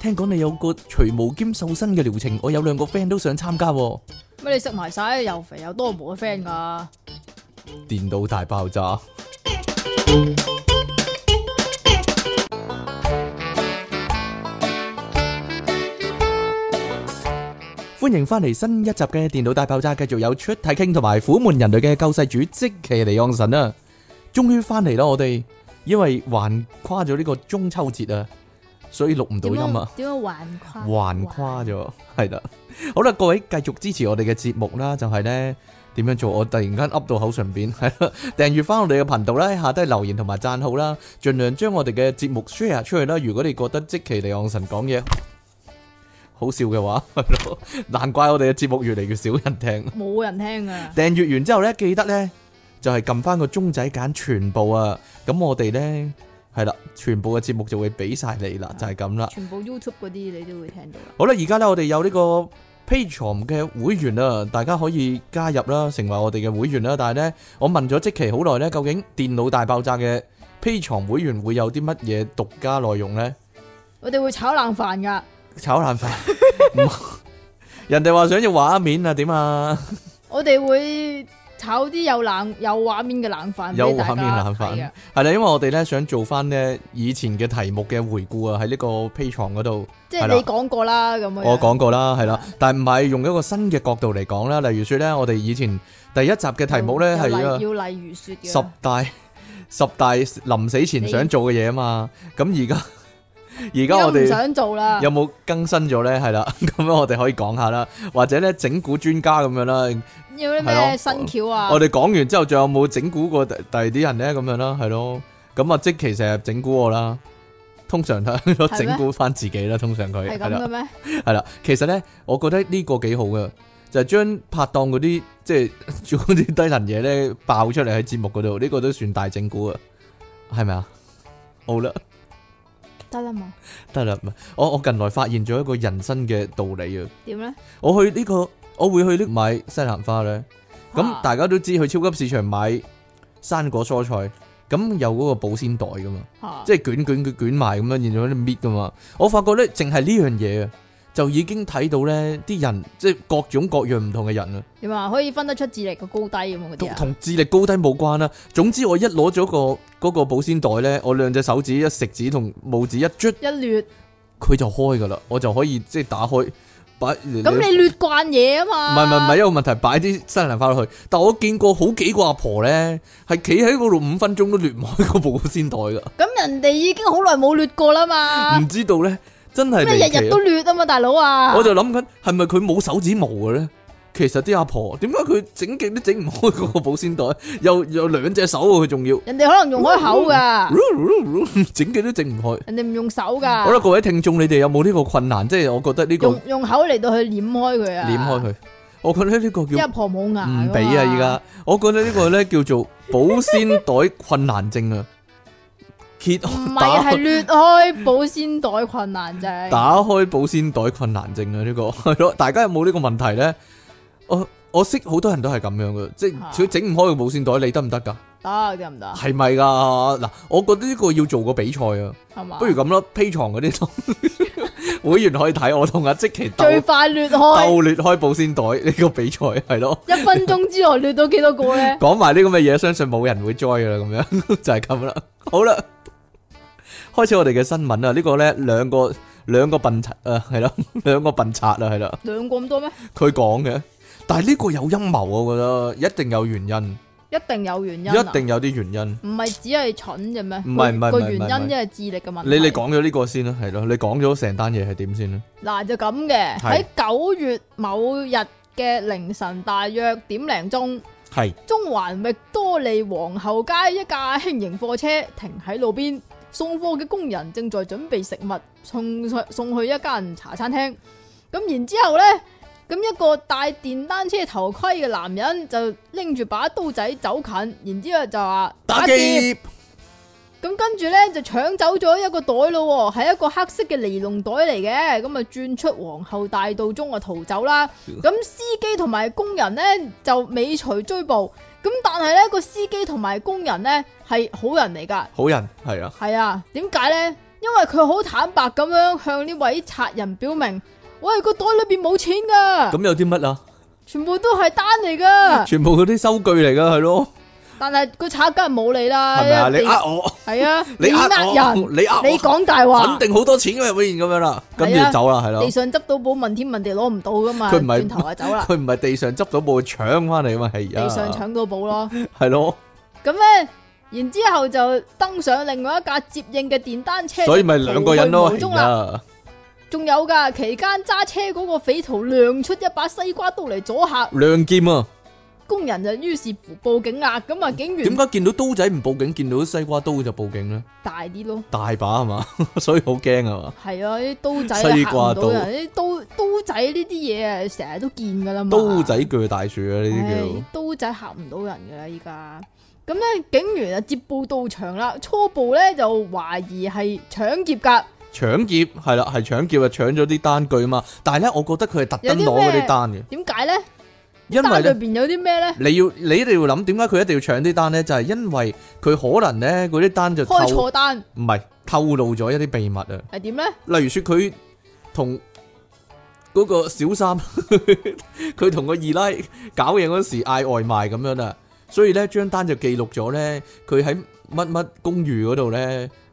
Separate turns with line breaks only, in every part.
聽講你有個除毛兼瘦身嘅療程，我有兩個 friend 都想參加喎。
乜你食埋晒又肥又多毛嘅 friend 噶？
電腦大爆炸。歡迎翻嚟新一集嘅電腦大爆炸，繼續有出體傾同埋苦悶人類嘅救世主即其尼昂神啊！終於翻嚟啦，我哋因為橫跨咗呢個中秋節啊，所以錄唔到
點
音啊
樣。點樣橫跨？
橫跨咗，係啦。好啦，各位繼續支持我哋嘅節目啦，就係呢點樣做？我突然間噏到口唇邊，係啦。訂閱翻我哋嘅頻道啦，喺下低留言同埋讚好啦，盡量將我哋嘅節目 share 出去啦。如果你覺得即其尼昂神講嘢好笑嘅話，係咯，難怪我哋嘅節目越嚟越少人聽。
冇人聽啊 噶。
訂閱完之後呢，記得呢就係撳翻個鐘仔揀全部啊。咁我哋呢，係啦，全部嘅節目就會俾晒你啦，就係咁啦。
全部 YouTube 嗰啲你都會聽到啦。啊
好啦，而家咧我哋有呢個 Patreon 嘅會員啦，大家可以加入啦，成為我哋嘅會員啦。啊但係呢，我問咗即期好耐呢，究竟電腦大爆炸嘅 Patreon 會員會有啲乜嘢獨家內容呢？
我哋會炒冷飯噶，
炒冷飯，唔 人哋話想要畫面啊，點啊？
我哋會炒啲有冷有畫面嘅冷飯
有
俾大
畫
家
面冷
睇
飯
啊。
係啦，因為我哋呢想做翻呢以前嘅題目嘅回顧啊，喺呢個 Patreon 嗰度。
即
係
係
啦
你講過啦，咁樣。
我講過啦，係
啊
啦，但唔係用一個新嘅角度嚟講啦。例如說呢，我哋以前第一集嘅題目呢
哦有
係啊。
例要例如說嘅。
十大十大臨死前想做嘅嘢啊嘛，咁而家而家我
而家唔
哋
想做啦。
有冇更新咗呢？係啦， 咁樣我哋可以講下啦，或者呢整蠱專家咁樣啦，
有啲
係咯
咩新橋啊？
我哋講完之後仲有冇整蠱過第第二啲人呢？咁樣啦，係咯，咁啊即其成日整蠱我啦，通常 都都整蠱翻自己啦，通常佢係
係咁嘅
啦
咩？
係啦，其實呢，我覺得呢個幾好噶。就係將拍檔嗰啲即係 做嗰啲低能嘢咧爆出嚟喺節目嗰度，呢、個都算大整蠱啊，係咪啊？好啦，
得啦嘛？
得啦，我我近來發現咗一個人生嘅道理啊！
點咧？
我去呢、個，我會去呢買西蘭花咧，咁、
啊
大家都知去超級市場買生果蔬菜，咁有嗰個保鮮袋噶嘛。
嚇
即係捲捲佢捲埋咁樣，然後喺度搣噶嘛。我發覺咧，淨係呢樣嘢啊，就已經睇到咧啲人即係各種各樣唔同嘅人啊，
點啊？可以分得出智力嘅高低咁嗰
同
啲啊？
同智力高低冇關啦。總之我一攞咗個嗰個保鮮袋咧，我兩隻手指一食指同拇指一捽，
一掠
佢就開噶啦，我就可以即係打開擺。咁你
咁你掠慣嘢啊
唔
嘛？
係唔係唔係一個問題，擺啲西蘭花落去。但我見過好幾個阿婆咧，係企喺嗰度五分鐘都攣唔開個保鮮袋噶，
咁人哋已經好耐冇掠過啦嘛
唔，知道咧真係
咩
離
日
奇
日
啊
都！掠啊嘛，大佬啊！
我就諗緊係咪佢冇手指毛嘅咧？其實啲阿婆點解佢整極都整唔開嗰個保鮮袋， 又又兩隻手喎佢仲要
人哋可能用開口噶，
整極都整唔開。
人哋唔用手噶
好，啦，各位聽眾，你哋有冇呢個困難？即係我覺得呢個
用用口嚟到去捻開佢啊，
捻開，佢，我覺得呢個
因為
叫
婆冇牙㗎嘛
唔俾啊！而家我覺得呢個咧叫做保鮮袋困難症啊， 揭
唔
開
係
打
係
開
掠開保鮮袋困難就 係，
打開保鮮袋困難症啊！呢個 係咯，大家有冇呢個問題咧？我我識好多人都係咁樣嘅，即係
啊
佢整唔開個保鮮袋，你得唔得㗎？
得得唔得？
係咪噶？嗱，我覺得呢個要做個比賽啊，
係嘛？
不如咁啦，P 床嗰啲 會員可以睇我同阿即奇
最
鬥
快掠開
鬥裂開保鮮袋呢個比賽係咯，
一分鐘之內掠到幾多個咧？
講埋呢咁嘅嘢，相信冇人會 join 噶啦，咁樣 就係咁啦。好啦，開始我哋嘅新聞啦，呢個咧兩個兩個笨賊啊，係咯， 兩個笨賊啊，係啦，
兩個咁多咩？
佢講嘅，但係呢個有陰謀，我覺得一定有原因，
一定有原因啊，
一定有啲原因。
唔係只係蠢啫咩？
唔係唔係
個
唔係
個原
唔係唔係
因即係智力嘅問題。
你你講咗呢個先啦，係咯，你講咗成單嘢係點先啦？
嗱就咁嘅，
係
喺九月某日嘅凌晨大約點零鐘，
係。
中環域多利皇后街一架輕型貨車停喺路邊，送貨嘅工人正在準備食物送去送去一間茶餐廳。咁然之後呢，咁一個戴電單車頭盔嘅男人就拎住把刀仔走近，然之後就話
打
劫
劫
咁跟住咧就搶走咗一個袋咯喎，係一個黑色嘅尼龍袋嚟嘅，咁啊轉出皇后大道中啊逃走啦。咁司機同埋工人呢，就尾隨追捕，咁但係呢個司機同埋工人呢，係好人嚟噶，À.
好人係啊，
係啊，點解呢？因因为佢好坦白咁样向呢位贼人表明，喂个袋里边冇钱噶，
咁有啲乜啊？
全部都系单嚟噶。
全部嗰啲收據嚟噶，係咯，
但系个贼梗系冇你
係
啦，
咪啊？你
系
呃我，
啊，
你呃
呃
我，
人，
你呃
你
我，
讲大话
肯，定好多錢嘅，永遠咁樣啦，跟
係啊
住走啦，係
地
咯，
上执到宝问天问地攞唔到噶嘛，
佢唔係
转头就 走啦，
佢唔係地上執到部搶翻嚟啊嘛，係
地上
啊，
抢到宝咯。
係咯，
咁咧，然之后就登上另外一架接應嘅電單車，
所以咪兩個人咯，
無去無蹤
係
啦。
啊，
仲有噶，期間揸車嗰個匪徒亮出一把西瓜刀嚟阻嚇
亮劍啊！
工人，就於是乎報警啦。咁啊，警
點
員
解見到刀仔唔報警，見到西瓜刀就報警咧？
大啲咯，
大把係嘛， 所以好驚啊嘛。
係啊，啲刀仔
西
嚇
瓜
唔
刀
到人，啲刀刀仔呢啲嘢啊，成日都見噶啦嘛。
刀仔鋸大樹啊，呢
唉
啲
刀仔嚇唔到人噶啦，依家。咁咧，警員啊接報到場啦，初步咧就懷疑係搶劫㗎。
叫搶劫，係啦，係搶劫啊，搶咗啲單據啊嘛。但係咧，我覺得佢係特登
有啲
攞
咩
嗰啲單嘅，
點解咧？
因為
單
咧
裏。边有啲咩咧？
你要你一定要諗點解佢一定要搶啲單呢？就係因為佢可能呢嗰啲單就
開
透
錯單
唔係透露咗一啲秘密啊。
係點咧？
例如说佢同嗰個小三， 佢同個二奶搞嘢嗰時嗌外賣咁樣啊，所以呢張單就記錄咗呢，佢喺乜乜公寓嗰度呢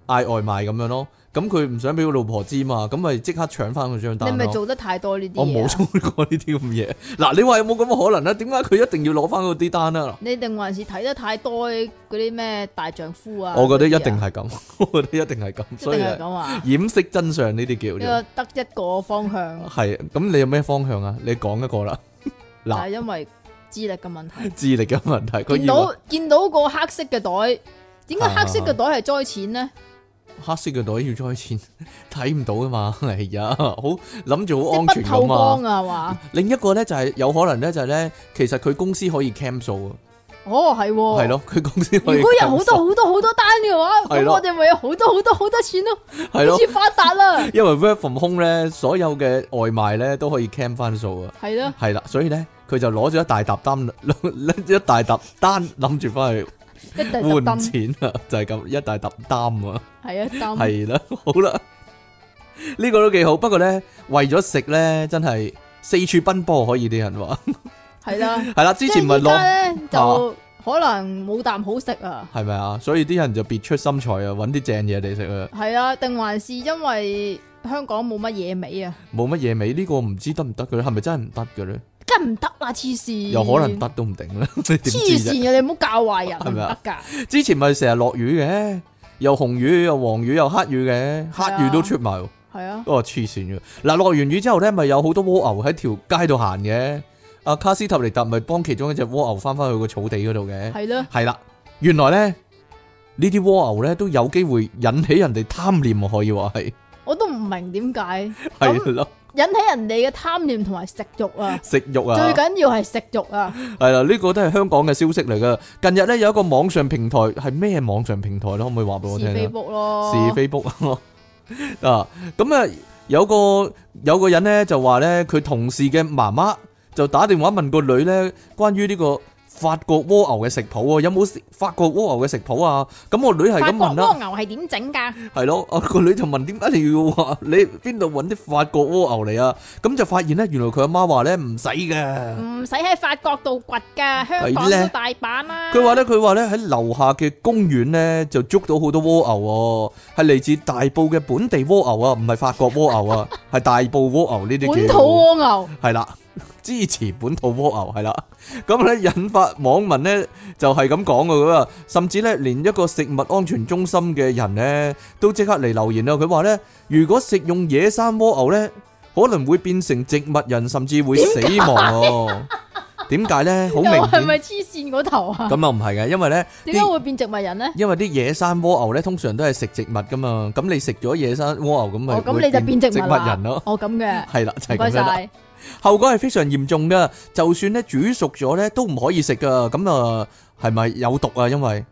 嗌外賣咁樣咯。咁佢唔想俾佢老婆知嘛，咁咪即刻搶翻佢張
你
單
咪
咯。
做得太多呢啲
我
嘢
冇
啊？
做過呢啲咁嘢。嗱，你話有冇咁嘅可能呢？點解佢一定要攞翻嗰啲單啊？
你定還是睇得太多嗰啲咩大丈夫啊？
我覺得一
嗰啲啊
定係咁， 我覺得一定係咁，
一
所以
定
啊
係咁啊！
掩飾真相呢啲叫做
呢個得一個方向，
係。咁你有咩方向啊？你講一 個啦。
就
嗱
係，因為資歷嘅問題。
智力嘅問題，佢
見
以為啊
到見到個黑色嘅袋，點解黑色嘅袋係災錢呢？
黑色嘅袋要裝錢， 睇唔到啊嘛。 係啊，好諗
即
住好安
係
全
不透
咁
光
嘛。
啊，係 嘛？
另一個咧就係有可能咧就係咧，其實佢公司可以 cam 數啊，
哦，係喎。
係。咯，佢公司可以。
如果有好多，好多好多單嘅話，
係
咁
咯
我哋咪有好多好多好多錢咯，
係
好
咯，
似發達啦。
因為 work from home 咧，所有嘅外賣咧都可以 cam 翻數啊。
係咯，
系啦，所以咧佢就攞咗一大沓單， 一大沓單諗住翻去
一定就
換
抌，
錢啊，就係咁一大沓擔啊，
係啊，抌。
係啦，好啦，呢個都幾好，不過咧為咗食咧真係四處奔波，可以啲人話
係啦。
係啦，之前咪
即係而
落啊
家咧就可能冇啖好食啊，
係咪啊？所以啲人就別出心裁啊，揾啲正嘢嚟食啊，
係啊，定還是因為香港冇乜嘢味啊？
冇乜嘢味，呢、個唔知得唔得嘅咧，係咪真係唔得嘅咧？
梗唔得啦，黐線！
有可能得都唔定啦，你 點知
黐
啫
線？嘅，你唔好教壞人，
係
唔
咪啊
得㗎。
之前咪成日落雨嘅，又紅雨又黃雨又黑雨嘅，
係啊
黑雨都出埋喎。
係啊，
哦，黐線嘅！嗱，落完雨之後咧，咪有好多蝸牛喺條街度行嘅。阿卡斯塔尼達咪幫其中一隻蝸牛翻返去個草地嗰度嘅。
係啊咯，
係啦，原來咧呢啲蝸牛咧都有機會引起人哋貪念啊，可以話係
我都唔明點解
係咯，
引起人哋嘅貪念同埋食慾啊！
食肉
最
啊，
緊要係食慾啊！
係啦，呢個都係香港嘅消息嚟噶。近日咧有一個網上平台係咩網上平台咧？可唔可以話俾我
是
聽
非
啊？
book 咯，
是 Facebook 咯 啊，咁啊有個有個人咧就話咧，佢同事嘅媽媽就打電話問個女咧，關於呢個法國蝸牛嘅食譜啊，有冇食法國蝸牛嘅食譜啊？咁我女係
法
咁
國
問
蝸
啦，
牛係點整㗎？
係咯，啊個女就問點解你要話你邊度揾啲法國蝸牛嚟啊？咁就發現咧，原來佢阿媽話咧唔使嘅。
唔使喺法國度掘㗎，香
係
港
咧
都大把啦。
佢話咧，佢話咧喺樓下嘅公園咧就捉到好多蝸牛喎，係嚟自大埔嘅本地蝸牛啊，唔係法國蝸牛 啊，係大埔蝸牛呢啲叫
本土蝸牛
係啦，支持本土蝸牛係啦，咁咧引發網民咧就係咁講嘅啦，甚至咧連一個食物安全中心嘅人咧都即刻嚟留言啦，佢話咧如果食用野生蝸牛咧，可能會變成植物人，甚至會死亡 喎。點解咧？好
又
明
係咪
顯，
黐線嗰頭啊？
咁又唔係嘅，因為咧
點解會變植物人咧？
因為啲野生蝸牛咧，通常都係食植物噶嘛，咁你食咗野生蝸牛咁咪
哦，咁
會
你就變
變
植
植
物
物
啦
人咯，
哦，咁嘅，
係啦，就係
唔該
咁樣啦。
晒。
後果係非常嚴重噶，就算咧煮熟咗咧都唔可以食噶，咁啊係咪有毒啊？因為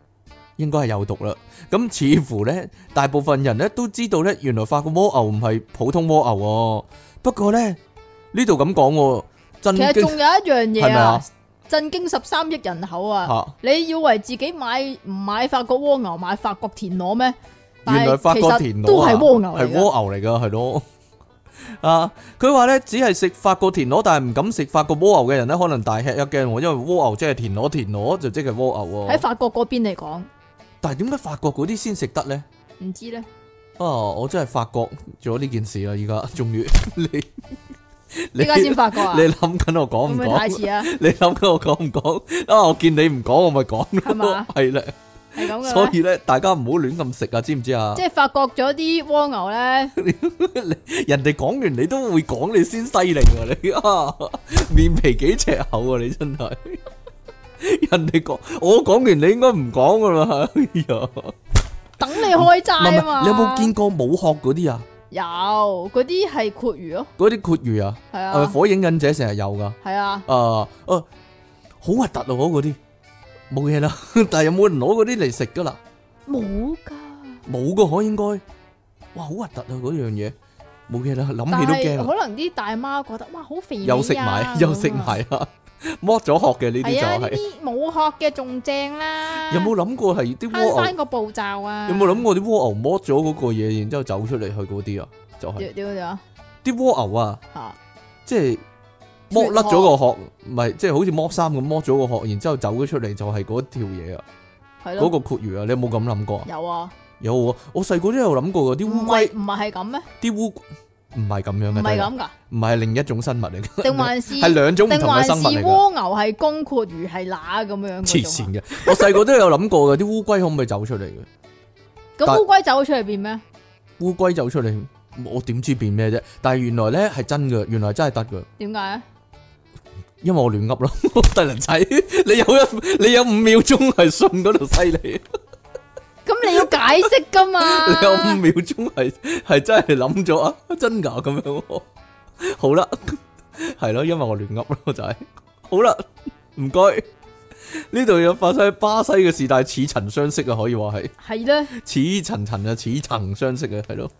應該係有毒啦。咁似乎咧，大部分人咧都知道咧，原來法國蝸牛唔係普通蝸牛喎。不過咧呢度咁講喎，震
其實仲
驚
有一樣
嗯係咪
嘢
啊
啊，震驚十三億人口啊！
嚇
你以為自己買唔買法國蝸牛，買法國田螺咩？但係
原來法國田螺啊
其實都係蝸牛
係蝸
嚟㗎
牛嚟噶，係咯。 啊！佢話咧，只係食法國田螺，但係唔敢食法國蝸牛嘅人咧，可能大吃一驚喎，因為蝸牛即係田螺，田螺就即係蝸牛
喺
喎。
法國嗰邊嚟講，
但係點解法國嗰啲先食得咧？
唔知咧，
啊！我真係發覺咗呢件事啦，依家終於 你
依
你
家先發覺啊，
你諗緊我講
會
唔
唔會太
講？
遲啊？
你諗緊我講唔講？啊！我見你唔講，我咪講
係
咯
嘛，
係啦。
係咁嘅
所
咩，
以啊咧，大家唔好亂咁食啊，知唔知啊
即？係發覺咗啲蝸牛咧，
人哋講完你都會講，你先犀利啊！你啊，面皮幾尺厚啊！你真係，人哋講我講完，你應該唔講噶啦。哎呀，
等你開
唔係 唔
齋啊嘛。
係你有冇見過冇殼嗰啲啊？
有嗰啲係闊魚咯，
嗰啲闊魚啊，
係
係咪
啊，
火影忍者成日有噶？
係啊，
啊啊，好核突啊！嗰啲冇嘢啦， 但係有冇人攞嗰啲嚟食噶啦？
冇噶。
冇個可應該，哇！好核突啊！嗰樣嘢冇嘢啦，諗
但
起都
係
驚啊。
可能啲大媽覺得哇好肥、啊，
又 食埋，又食埋啊！ 剝咗殼嘅呢啲
係啊，
就
呢
係、
啲冇殼嘅仲正啦。
有冇諗過係啲
啊慳
蝸
翻
牛？
個步驟啊？
有冇諗過啲蝸牛剝咗嗰個嘢，然之後走出嚟去嗰啲啊？就係、
點點點啊？
啲蝸牛啊，
嚇
即係剝甩咗個殼，唔係即係好似剝衫咁剝咗個殼，然之後走咗出嚟就係嗰條嘢啊，
係
嗰
咯，
個括魚啊，你有冇咁諗過啊？
有啊，
有啊，我細個都有諗過㗎啲
唔
烏
係
龜，
唔係係咁咩？
啲烏唔係咁樣
唔
嘅，
係
真係
咁噶，
唔係另一種生物嚟嘅，
定還是
係兩種唔
定
同嘅
還是
生物嚟㗎。
蝸牛係公括魚係乸咁樣
黐
嗰種啊
線嘅，我細個都有諗過嘅，啲烏龜可唔可以走出嚟嘅？
咁
但
烏龜走咗出嚟變咩？
烏龜走出嚟，我點知變咩啫？但係原來咧係真嘅，原來真係得嘅，
點解？
因為我亂噏咯， 得人仔，你有一你有五秒鐘係信嗰度犀利，
咁你要解釋噶嘛？
你有五秒鐘係係真係諗咗啊，真㗎咁樣喎。好啦，係咯，因為我亂噏咯，就係、好啦，唔該。呢度有發生喺巴西嘅事，但係似曾相識啊，可以話係
係咧，
似層層啊，似曾相識啊，係咯，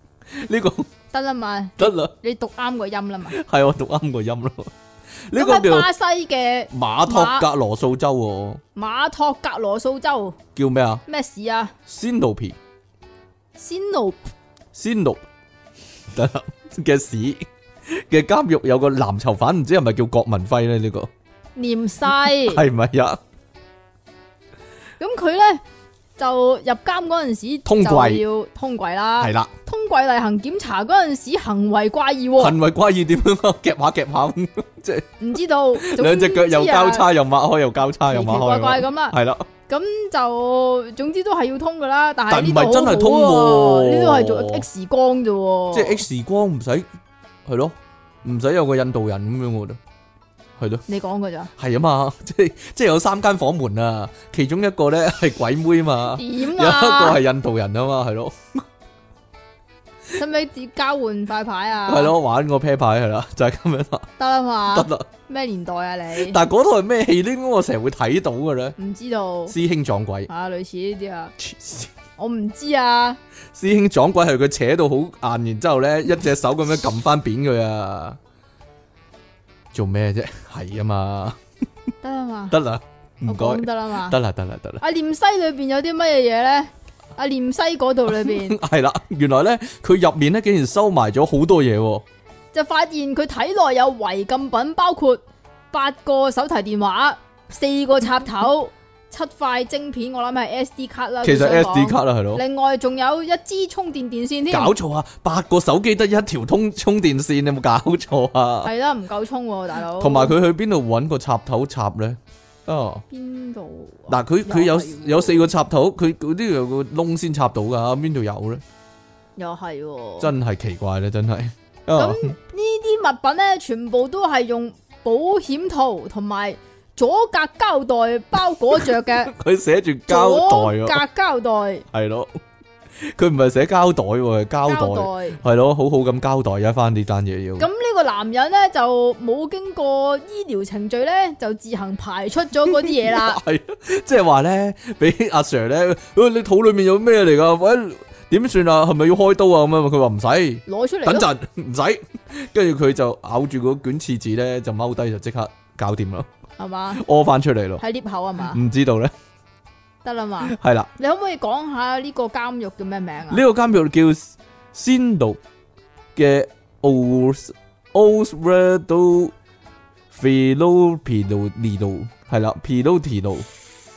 呢、個
得啦嘛，
得啦，
你讀啱個音啦嘛。
係我讀啱個音咯。呢
咁
個
喺
叫
巴西嘅
馬托格羅素州喎，
馬托格羅素州
叫咩啊
咩市啊？
？Sinope
仙奴
Sinop 得啦 嘅市嘅監獄有個男囚犯，唔知係咪叫郭文輝咧？呢個
念西。
係咪啊呀？
咁佢咧就入監嗰陣時
通櫃
就要通櫃啦
係，啦，
通櫃例行檢查嗰陣時行為怪異喎，
行為怪異點樣 啊？夾下夾下咁，即係
唔知道
兩隻腳又交，
總之啊
叉，又擘開，又交叉，又
奇奇
擘
怪怪
開，
咁啊啦。
係啦，
咁就總之都係要通噶啦，但係
但
呢
唔
度
係真係通
好好
喎
喎呢度係做 X 光啫喎，
即係 X 光唔使係咯，唔使有個印度人咁樣我覺得係咯。
你講噶咋？
係啊嘛，即係即係有三間房門啊，其中一個咧係鬼妹嘛，
點
有一個
啊？
係印度人啊嘛，係咯，
使唔使交換塊牌啊？
係，咯，玩個 pair 牌係啦， 就係咁樣啦，
得啦嘛，
得啦。
咩年代啊你？
但係嗰套係咩戲呢？點解我成日會睇到嘅咧？
唔知道
師兄撞鬼，
啊，類似呢啲啊，
黐線
我唔知啊，
師兄撞鬼係佢扯到好硬，然之後咧一隻手咁樣撳翻扁佢啊！做咩啫？係啊嘛，
得啦嘛，
得啦，唔
我
該
講，啊得啦嘛。
得啦，得啦，得啦。
阿念西裏边有啲乜嘢嘢咧？阿念西嗰度 裏边
係啦，原來咧佢入面咧竟然收埋咗好多嘢喎。
就發現佢體內有違禁品，包括八個手提電話、四個 插頭、七塊晶片，我諗係 SD 卡啦。
其實
佢想講
SD 卡啦，係咯。
另外仲有一支充電電線添，
搞錯啊！八個手機得一條通充電線，你有冇搞錯啊？
係啦，唔夠充喎，大佬。
同埋佢去邊度揾個插頭插咧？哦，
邊度啊？
嗱，佢佢
又
有
係喎
有四個插頭，佢嗰啲有個窿先插到噶，邊度有咧？
又係喎。
真係奇怪咧，真係。
咁
啊，
呢啲物品咧，全部都係用保險套同埋左格膠袋包裹着嘅
佢寫住
左
膠袋啊，
格膠袋。
係咯，佢唔係寫膠袋喎，係膠袋，
膠袋
係咯，好好咁交代一翻呢單嘢要。。
咁呢個男人咧就冇經過醫療程序咧，就自行排出咗嗰啲嘢啦
系，即系话咧，俾阿 Sir 咧，喂你肚里面有咩嚟噶？喂，点算啊？系咪要开刀啊？咁样佢话唔使，
攞出嚟
等
咯，
阵唔使，跟住佢就咬住嗰卷厕纸咧，就踎低就即刻搞掂啦，
係嘛？
屙翻出嚟咯，
啊
嗯
喺 lift 口係嘛？
唔知道咧，
得啦嘛。
系啦，
你可唔可以講下呢個監獄叫咩名啊？
呢個監獄叫仙奴嘅 Os Osvaldo Filo Pilo Nilo 系啦，Pilo Tino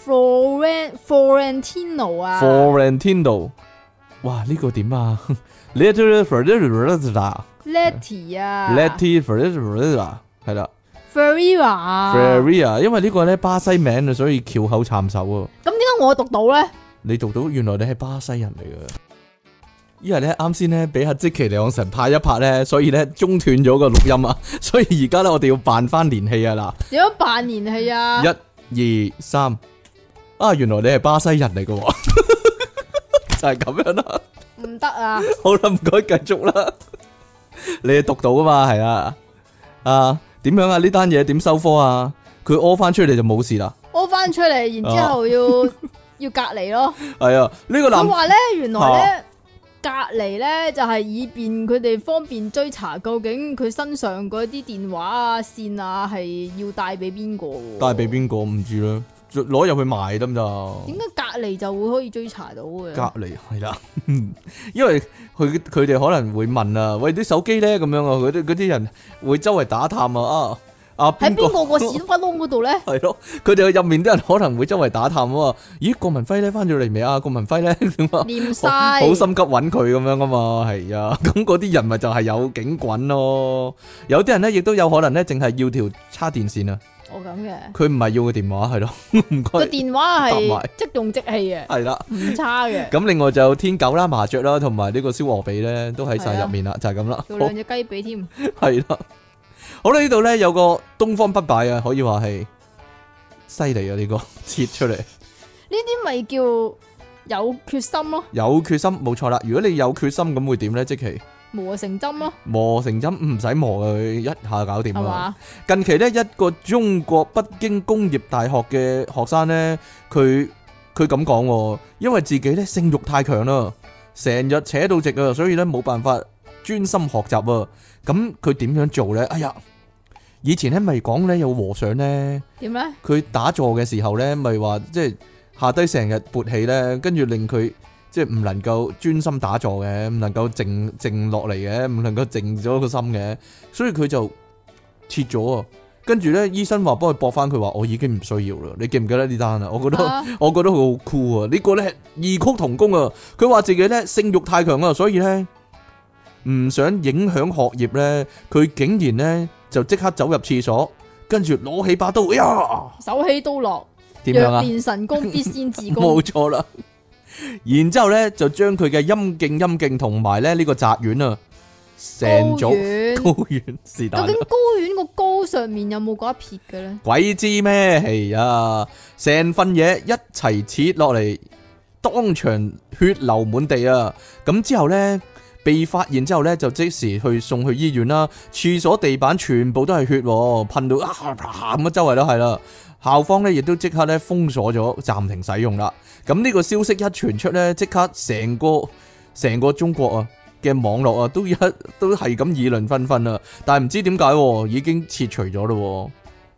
Floren Florentino 啊
Florentino，哇呢個點啊 l e t t e r f o r t
啊
e
，Letty 啊
l e t t e r f o r t e 係啦
Ferreira 啊
f e r r i a 因為呢個咧巴西名啊，所以翹口撐手啊。
咁點解我讀到咧？
你做到，原來你係巴西人嚟嘅。因為咧啱先咧俾阿即奇兩神拍一拍咧，所以咧中斷咗個錄音啊， 所以而家咧我哋要扮翻連戲啊
點樣扮年氣啊？
嗱，一、二、三，啊原來你係巴西人嚟嘅喎， 就係咁樣啦。
唔得啊！
好啦，唔該繼續啦。你係讀到啊嘛，係啊，啊點樣啊？呢單嘢點收科啊？佢屙翻出嚟就冇事啦。
屙翻出嚟，然之後要 要隔離咯。
係啊，呢、個
佢
啊男啊
話咧，原來咧隔離咧就係以便佢哋方便追查究竟佢身上嗰啲電話啊、線啊係要帶俾邊個喎？
帶俾邊個唔知啦，攞入去賣得唔啊得？
點解隔離就會可以追查到嘅？
隔離係啦， 因為佢佢哋可能會問啊，喂啲手機咧咁樣啊，嗰啲嗰啲人會周圍打探啊，啊啊
喺
邊
邊個個
個
屎窟窿嗰度咧？
係咯，佢哋入面啲人可能會周圍打探啊，咦郭文輝咧翻咗嚟未啊？郭文輝咧點啊？
念晒，
好好心急揾佢咁樣啊嘛，係啊， 咁嗰啲人咪就係有警棍咯，有啲人咧亦都有可能咧，淨係要條叉電線啊，
我哦咁嘅。
佢唔係要個電話係咯， 唔
個
該，
電話
搭
係
埋
即用即棄嘅，
係啦。
唔 差嘅。
咁另外就有天狗啦、麻雀啦，同埋呢個燒鵝髀咧，都喺晒入面啦，就係啊咁啦。
有兩隻雞髀添，
好係啦，好啦，呢度咧有個東方不敗啊，可以話係犀利啊！呢、個 切出嚟
呢啲咪叫有決心咯，
有決心，冇錯啦。如果你有決心，咁會點咧？即其
磨成針咯，
磨成針唔使磨啊佢一下搞掂啦。
係嘛？
近期咧，一個中國北京工業大學嘅學生咧，佢佢咁講喎，因為自己咧性慾太強啦，成日扯到直啊，所以咧冇辦法專心學習啊。咁佢點樣做咧？哎呀，以前咧咪講咧有和尚咧，
點咧？
佢打坐嘅時候咧，咪話即係下低成日勃起咧，跟住令佢即係唔能夠專心打坐嘅，唔能夠靜靜落嚟嘅，唔能夠靜咗個心嘅，所以佢就切咗啊。跟住咧，醫生話幫佢駁翻，佢話我已經唔需要啦。你記唔記得呢單啊？我覺得、
啊
我覺得佢好酷啊！呢、個咧異曲同工啊！佢話自己咧性慾太強啊，所以咧唔想影響學業咧，佢竟然咧就即刻走入廁所，跟住攞起把刀，哎呀！
手起刀落，
點樣啊
若？練神功，必先自
冇
宮。
錯啦。然之後咧，就將佢嘅陰莖、陰莖同埋咧呢個擲丸啊，成
高
組
遠，
高丸是但啦
究竟。高遠個高上面有冇嗰一撇嘅咧？
鬼知咩？係啊，成份嘢一齊切落嚟，當場血流滿地啊！咁之後呢，被發現之後呢，就即時去送去醫院啦。廁所地板全部都係血喎，噴到啊啪咁啊，周圍都係啦。校方呢亦都即刻咧封鎖咗，暫停使用啦。咁呢個消息一傳出呢，即刻成個成個中國啊嘅網絡啊，都一都係咁議論紛紛啊。但係唔知點解喎已經切除咗咯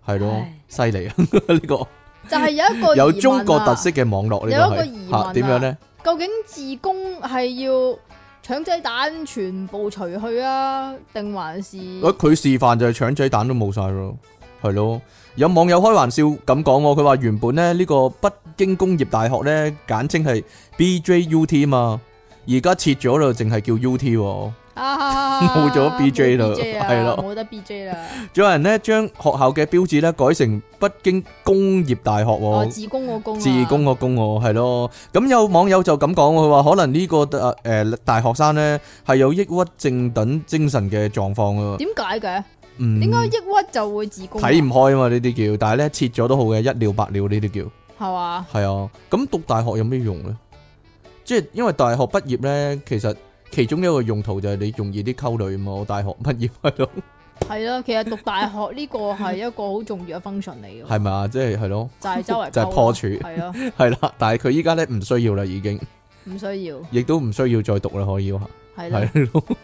喎，係咯
唉，
犀利啊！呢個
就係有一 個
有
疑問
中國
啊
特色。嘅網絡呢個
有一個疑
係
問啊
嚇點樣呢？
究竟自宮係要腸仔蛋全部除去啊，定還是
喂佢示範就係腸仔蛋都冇晒咯，係咯。有網友開玩笑咁講喎，佢話原本咧呢個北京工業大學咧，簡稱係 BJUT 嘛，而家撤咗啦，淨係叫 UT 喎。
啊
冇咗 BJ 啦
冇 BJ 啊
係咯
冇得 BJ 啦，
仲有人咧將學校嘅標誌咧改成北京工業大學
哦
喎。
自宮個宮啊，
自公個公我係咯，咁有網友就咁講喎，佢話可能呢、個誒、呃大學生呢係有抑鬱症等精神嘅狀況啊，
點解嘅？
嗯，
點解抑鬱就會自宮啊？
睇唔開啊嘛呢啲叫，但係呢切咗都好嘅，一了百了呢啲
係嘛？
叫，係啊，咁讀大學有咩用呢？即係因為大學畢業呢，其實其中一個用途就係你容易啲溝女啊嘛，我大學畢業係 咯，
係咯，其實讀大學呢個係一個好重要嘅 function 嚟嘅，
係咪啊？即係係咯，
就係周圍
就係
溝
破
咯
處
係啊，
係啦，但係佢依家呢唔需要啦，已經，
唔需要，
亦都唔需要再讀啦，可以話。
係啦，
系咯，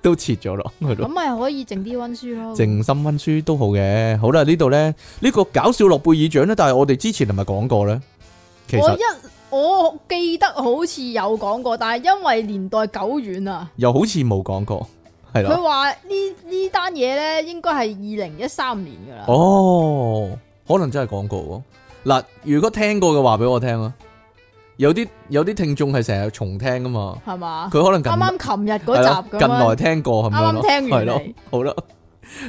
都切咗咯，系
咁
咯，
咪可以靜啲温書咯，
靜心温書都好嘅。好啦，呢度咧呢個搞笑諾貝爾獎咧，但係我哋之前係咪講過咧？其
我
實
一我記得好似有講過，但係因為年代久遠啊，
又好似冇講過，係
佢
啦。
話呢呢單嘢咧應該係二零一三年噶啦。
哦，可能真係講過喎。嗱，如果聽過嘅話，俾我聽啊。有啲有啲聽眾係成日重聽噶嘛，
系嘛？
佢可能近
啊啱啱琴日
係啦
嗰集咁
近
樣
來聽過係咪
啱啱
咯？
聽完
係咯
嚟，
好啦。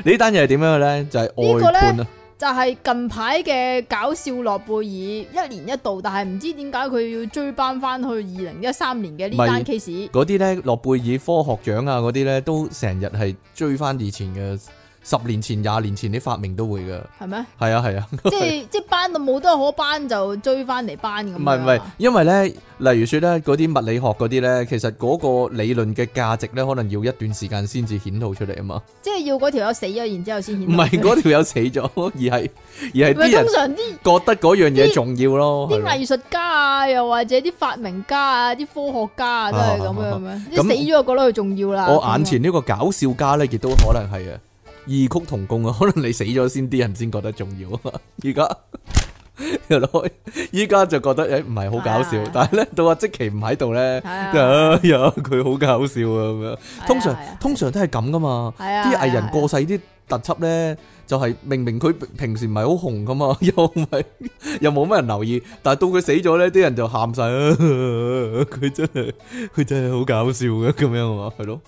呢單嘢係點樣嘅咧？就係
呢個
外
咧
判啊，
就係近排嘅搞笑諾貝爾一年一度，但係唔知點解佢要追翻翻去二零一三年嘅呢
咪
單 case。
嗰啲咧諾貝爾科學獎啊，嗰啲咧都成日係追翻以前嘅十年前、廿年前啲發明都會嘅。
係 咩？
係啊，係啊。
即係即係班到冇得可班就追翻嚟班咁樣
唔
啊。
係唔係，因為咧，例如說咧，嗰啲物理學嗰啲咧，其實嗰個理論嘅價值咧，可能要一段時間先至顯露出嚟啊嘛。
即係要嗰條友死咗，然之後先顯
唔
露出嚟。
係嗰條友死咗，而係而係
唔係
啲人
通常啲
覺得嗰樣嘢重要咯。係
啲
咯
藝術家啊，又或者啲發明家啊，啲科學家啊，都係咁樣咩？啲
咁
死咗覺得佢重要啦。
我哦眼前呢個搞笑家咧，亦都可能係啊，異曲同工啊。 可能你死咗先，啲人先覺得重要啊嘛。而家 係咯，依家就覺得誒唔係好搞笑
啊，
但係咧到阿即奇唔喺度咧，
係
哎
啊
呀佢好搞笑啊咁樣。通常
係啊
通常都係咁噶嘛。
係啊，
啲
係啊
藝人過世啲特輯咧，就係明明佢平時唔係好紅噶嘛，又唔係又冇乜人留意，但係到佢死咗咧，啲人就喊晒，啊佢真係佢真係好搞笑嘅咁樣啊嘛，係咯。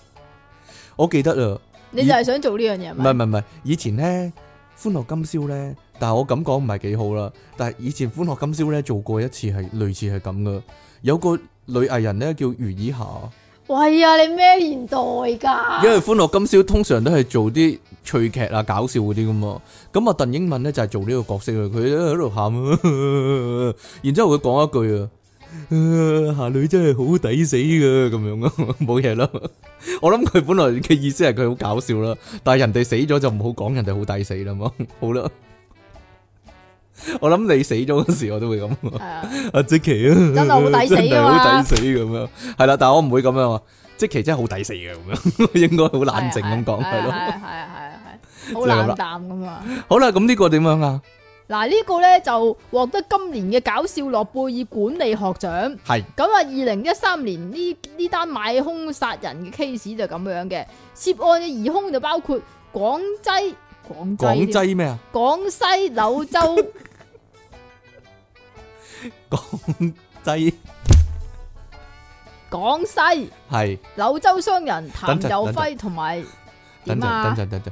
我記得啊，
你就係想做呢樣嘢係
唔係唔係唔係，以前咧《歡樂今宵》咧，但係我咁講唔係幾好啦。但係以前《歡樂今宵》咧做過一次係類似係咁噶，有個女藝人咧叫余以霞。
喂啊！你咩年代 㗎？
因為《歡樂今宵》通常都係做啲趣劇啊、搞笑嗰啲噶嘛，咁啊鄧英敏咧就係做呢個角色啊，佢喺度喊 啊，然之後佢講一句啊，啊 下女真係好抵死噶咁樣啊， 冇嘢啦。我諗佢本來嘅意思係佢好搞笑啦，但係人哋死咗就唔好講人哋好抵死啦嘛， 好啦。我諗你死咗嗰時我都會咁啊。
係啊，
阿即奇啊，
真係好抵死㗎嘛
真係好抵死咁樣，係啦，但係我唔會咁樣啊，即奇真係好抵死嘅咁樣， 應該好冷靜咁講係
啊係
咯。
啊係啊係啊 係啊，
就係
好
咁啦
冷淡咁啊！
好啦，咁呢個點樣啊？
嗱呢個咧就獲得今年嘅搞笑諾貝爾管理學獎。
係
咁啊，二零一三年呢呢單買兇殺人嘅 case 就咁樣嘅，涉案嘅疑兇就包括廣西、廣
廣
西添、
西咩啊？
廣西柳 州
西
廣西
係
柳州商人
等
譚
陣
友
等
輝同埋
等
點
陣
啊？
等陣等陣，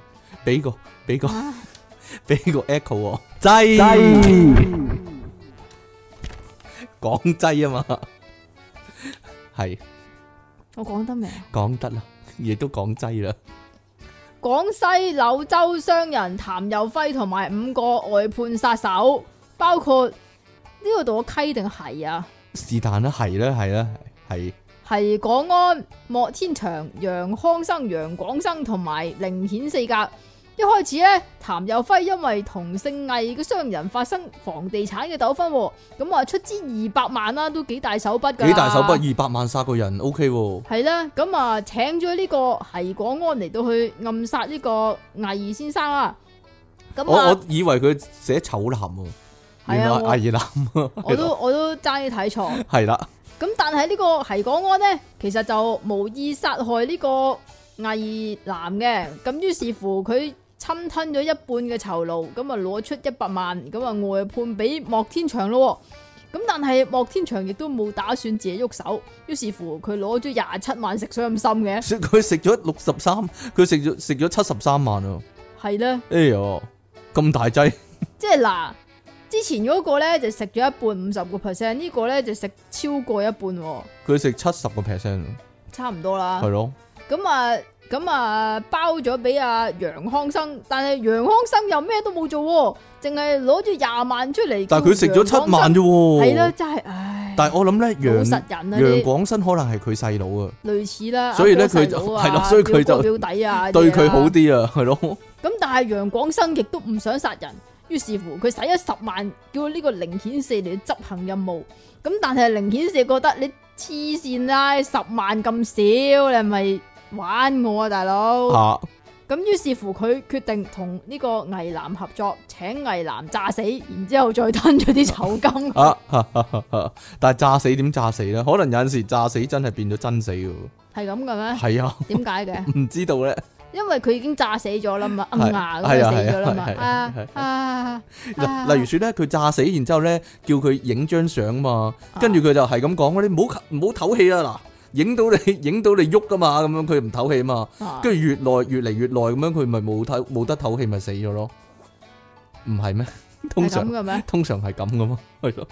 俾個俾個
啊
俾個 echo 喎，西廣西啊嘛，係
我講得啊明。
講得啦，亦都講西啦，
廣西柳州商人譚友輝同埋五個外判殺手，包括呢個度嘅溪定係啊？
是但啦，係啦，係啦，係
係港安、莫天祥、楊康生、楊廣生同埋寧顯四格。一開始咧，譚友輝因為同姓魏嘅商人發生房地產嘅糾紛喎，咁啊出資二百萬啦，都幾大手筆㗎。
幾大手筆，二百萬殺個人，OK 喎，
係啦，咁啊請咗呢個係廣安嚟到去暗殺呢個魏先生啦。咁
我
啊
我，以為佢寫醜男喎。
係
原來
啊，我
係男
我都我都爭啲睇錯。
係 啦，
咁但係呢個係港安呢，其實就無意殺害呢個魏男嘅，咁於是乎佢侵吞咗一半嘅酬勞，咁啊攞出一百萬，咁啊外判俾莫天祥咯喎。咁啊但係莫天祥亦都冇打算自己喐手，於是乎佢攞咗廿七萬食傷心嘅，
食佢食咗六十三，佢食咗食咗七十三萬啊！
係呢，
哎呀，咁大劑，
即係嗱，之前嗰個呢就食咗一半五十個 percent，呢個呢就食超過一半喎，
佢食七十個 percent，
差唔多啦
係。咯，
咁啊，咁啊，包咗俾阿楊康生，但係楊康生又咩都冇做喎，淨係攞咗廿萬出嚟。
但係佢食咗七萬啫喎。
係啦，，真係唉，
但係我諗咧，
好實
楊
人啊，
楊
啲
廣新可能係佢細佬啊，
類似啦。
所以咧
阿哥
佢就
細佬啊
係啦所以佢就
表哥表 弟啊，
對佢好
啲
啲啊，係咯，
嘢啦。咁但係楊廣生亦都唔想殺人，於是乎佢使咗十萬叫呢個零顯四嚟執行任務。咁但係零顯四覺得你黐線啦，十萬咁少，你係咪玩我啊，大佬？
嚇。
咁於是乎佢決定同呢個危男合作，請危男炸死，然之後再吞咗啲酬金
啊，哈哈哈哈但系炸死點炸死咧？可能有阵时炸死真係變咗真死嘅喎，
係咁 嘅咩？
係啊，
點解嘅？
唔知道咧。
因為佢已經炸死咗啦嘛，
係
摁牙咁
係
就
啊
死咗啦嘛
係啊係。啊
啊
係啊
啊！啊
例例如说咧，佢炸死，然之后咧叫佢影張相嘛，
啊
跟住佢就係咁講：你唔好唔好唞氣啦，嗱，影到你 影到你喐噶嘛，咁樣佢唔唞氣嘛，
啊
跟住越耐越嚟越耐咁樣，佢咪冇唞冇得唞氣咪死咗咯，唔係咩？通
係
常
咁。嘅咩？
通常係咁噶嘛， 係咯。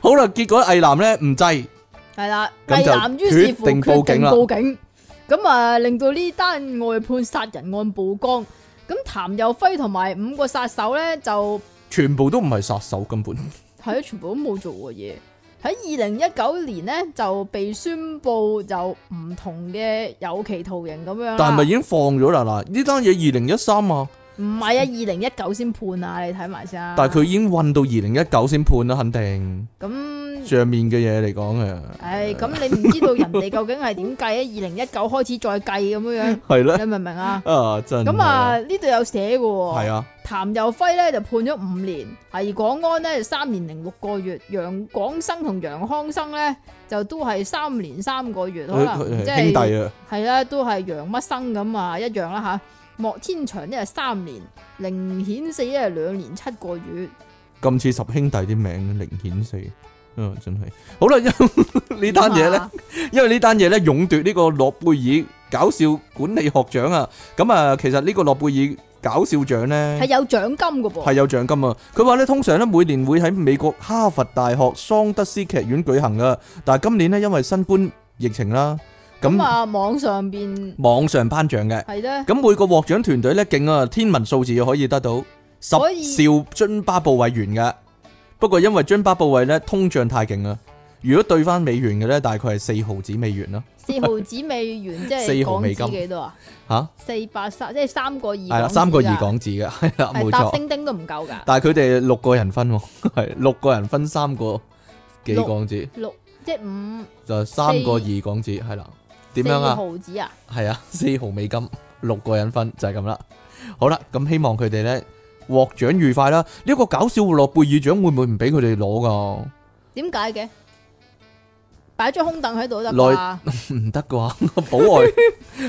好啦，結果魏男咧唔制，
係啦，
咁
魏
就
男於是
決
乎
定報
決
警
定
啦
報警，咁啊令到呢單外判殺人案曝光。咁譚佑輝同埋五個殺手咧就。
全部都唔係殺手，根本
係啊，全部都冇做過嘢。喺二零一九年呢，就被宣布就唔同嘅有期徒刑咁樣啦。
但係咪已經放咗啦？嗱，呢單嘢二零一三啊，
唔係啊？二零一九先判啊！你睇埋先啊。
但係佢已經運到二零一九先判啦，肯定
咁，
上面嘅嘢嚟講啊嘅，
唉，咁你唔知道人哋究竟係點計啊？二零一九開始再計咁 樣樣，
係咧
你明唔明啊？
啊，真係
咁啊，，呢度有寫嘅喎。
係啊，
譚佑輝咧就判咗五年，倪廣安咧就三年零六個月，楊廣生同楊康生咧就都係三年三個月，可
佢
能
佢
即
兄
係。
弟啊，
系啦，都系楊乜生咁啊，一樣啦吓。莫天祥一係三年，凌顯四一係兩年七個月。
咁似十兄弟啲名，零顯四，啊，真係好啦，因 呢單嘢咧。因為呢單嘢咧，勇奪呢個諾貝爾搞笑管理學獎啊！咁啊，其實呢個諾貝爾搞笑獎
點
呢
啊係，有獎金噶
係
噃，
有獎金啊！佢話呢，通常呢，每年會喺美國哈佛大學桑德斯劇院舉行噶，但係今年呢，因為新冠疫情啦，
咁
咁
啊網上邊
網上頒獎嘅，
係咧，
咁每個獲獎團隊呢，勁啊，天文數字可以得到十兆
可以
津巴布韋元嘅。不過因為津巴布韋呢，通脹太勁啊，如果對翻美元嘅呢，大概係四毫子美元啦，
四毫子美元即
四
係
毫
港
美金
紙幾多啊？
嚇、
四百三即係三個二港紙
系
㗎，
啦，三個二港紙嘅， 係啦，
係
冇
搭
錯。
丁丁都唔夠㗎，
但係佢哋六個人分喎， 係六個人分三個幾
六
港紙，
六即係五
就三個二港紙，係啦。點樣
四
啊？
毫子啊？
係啊， 四毫美金，六個人分就係咁啦。好啦，咁希望佢哋咧獲獎愉快啦。呢個搞笑諾貝爾獎會唔會唔俾佢哋攞噶？
點解嘅？擺張空凳喺度得
內
啩？
唔得啩？ 保 外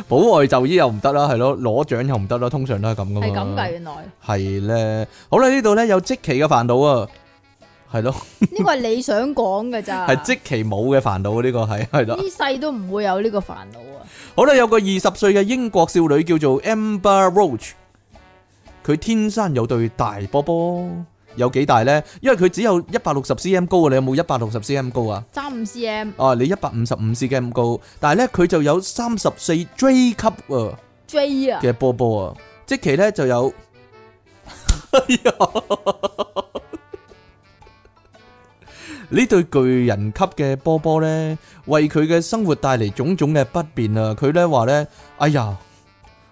保外就醫又唔得啦，係咯，攞獎又唔得啦，通常都係咁噶嘛。
係咁㗎，原來呢
係咧。好啦，呢度咧有即期嘅煩惱啊，係咯。
個係你想講 㗎咋？
系即其冇嘅煩惱呢個係係啦。
呢世都唔會有呢個煩惱啊！
好啦，有個二十歲嘅英國少女叫做 Amber Roach，佢天生有對大波波，有幾大呢？因為佢只有一百六十 cm 高啊！你有冇一百六十 cm 高啊？
三五 cm
啊，你一百五十五 cm 高，但係呢，佢就有三十四 J 級啊
J 啊，
嘅波波啊，即其呢就有。 哎呀呢對巨人級嘅波波呢，為佢嘅生活帶嚟種種嘅不便啊！佢呢話呢：「哎呀，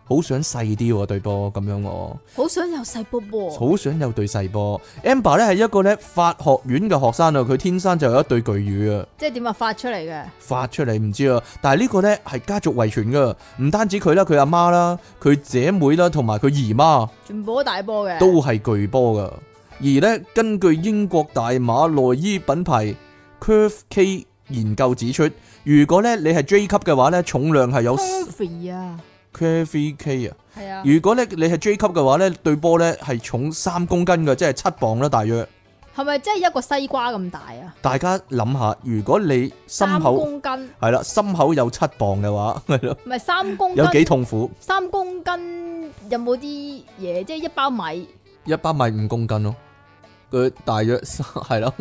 好想細啲喎對波咁樣我，
好想有細波啊波，
好想有對細波。Amber 呢係一個呢法學院嘅學生啊，佢天生就有一對巨乳啊，
即係點啊發出嚟嘅，
發出嚟唔知啊。但係呢個呢係家族遺傳噶，唔單止佢啦，佢阿媽啦，佢姐妹啦，同埋佢姨媽。
全部都大波嘅，
都係巨波噶。而呢，根據英國大馬內衣品牌 Curve K 研究指出，如果呢你係 J 級嘅話呢重量係有
curvy 啊，
Curve K 啊。
係啊，
如果呢你係 J 級嘅話呢對波呢係重三公斤嘅，即係七磅啦，大約。
係咪即係一個西瓜咁大啊？
大家諗下，如果你心
三
口
公斤，
係啦，心口有七磅嘅話，係咯，
唔係三公
有幾
斤，
痛苦？
三公斤有冇啲嘢？即係一包米，
一包米五公斤咯，佢大約係咯，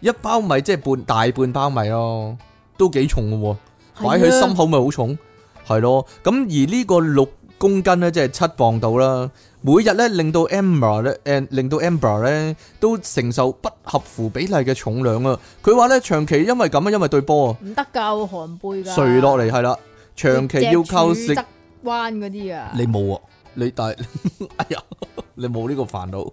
一包米即係半大半包米咯，都幾重嘅喎，擺喺心
口
口咪好重，係咯。咁而呢個六公斤咧，即係七磅到啦。每日咧令到 Amber 咧，誒令到 Amber 咧都承受不合乎比例嘅重量啊！佢話咧長期因為咁啊，因為對波啊
唔得㗎，會寒背㗎，
垂落嚟係啦，長期要靠食
側彎嗰啲啊，
你冇啊，你但係 哎呀，你冇呢個煩惱。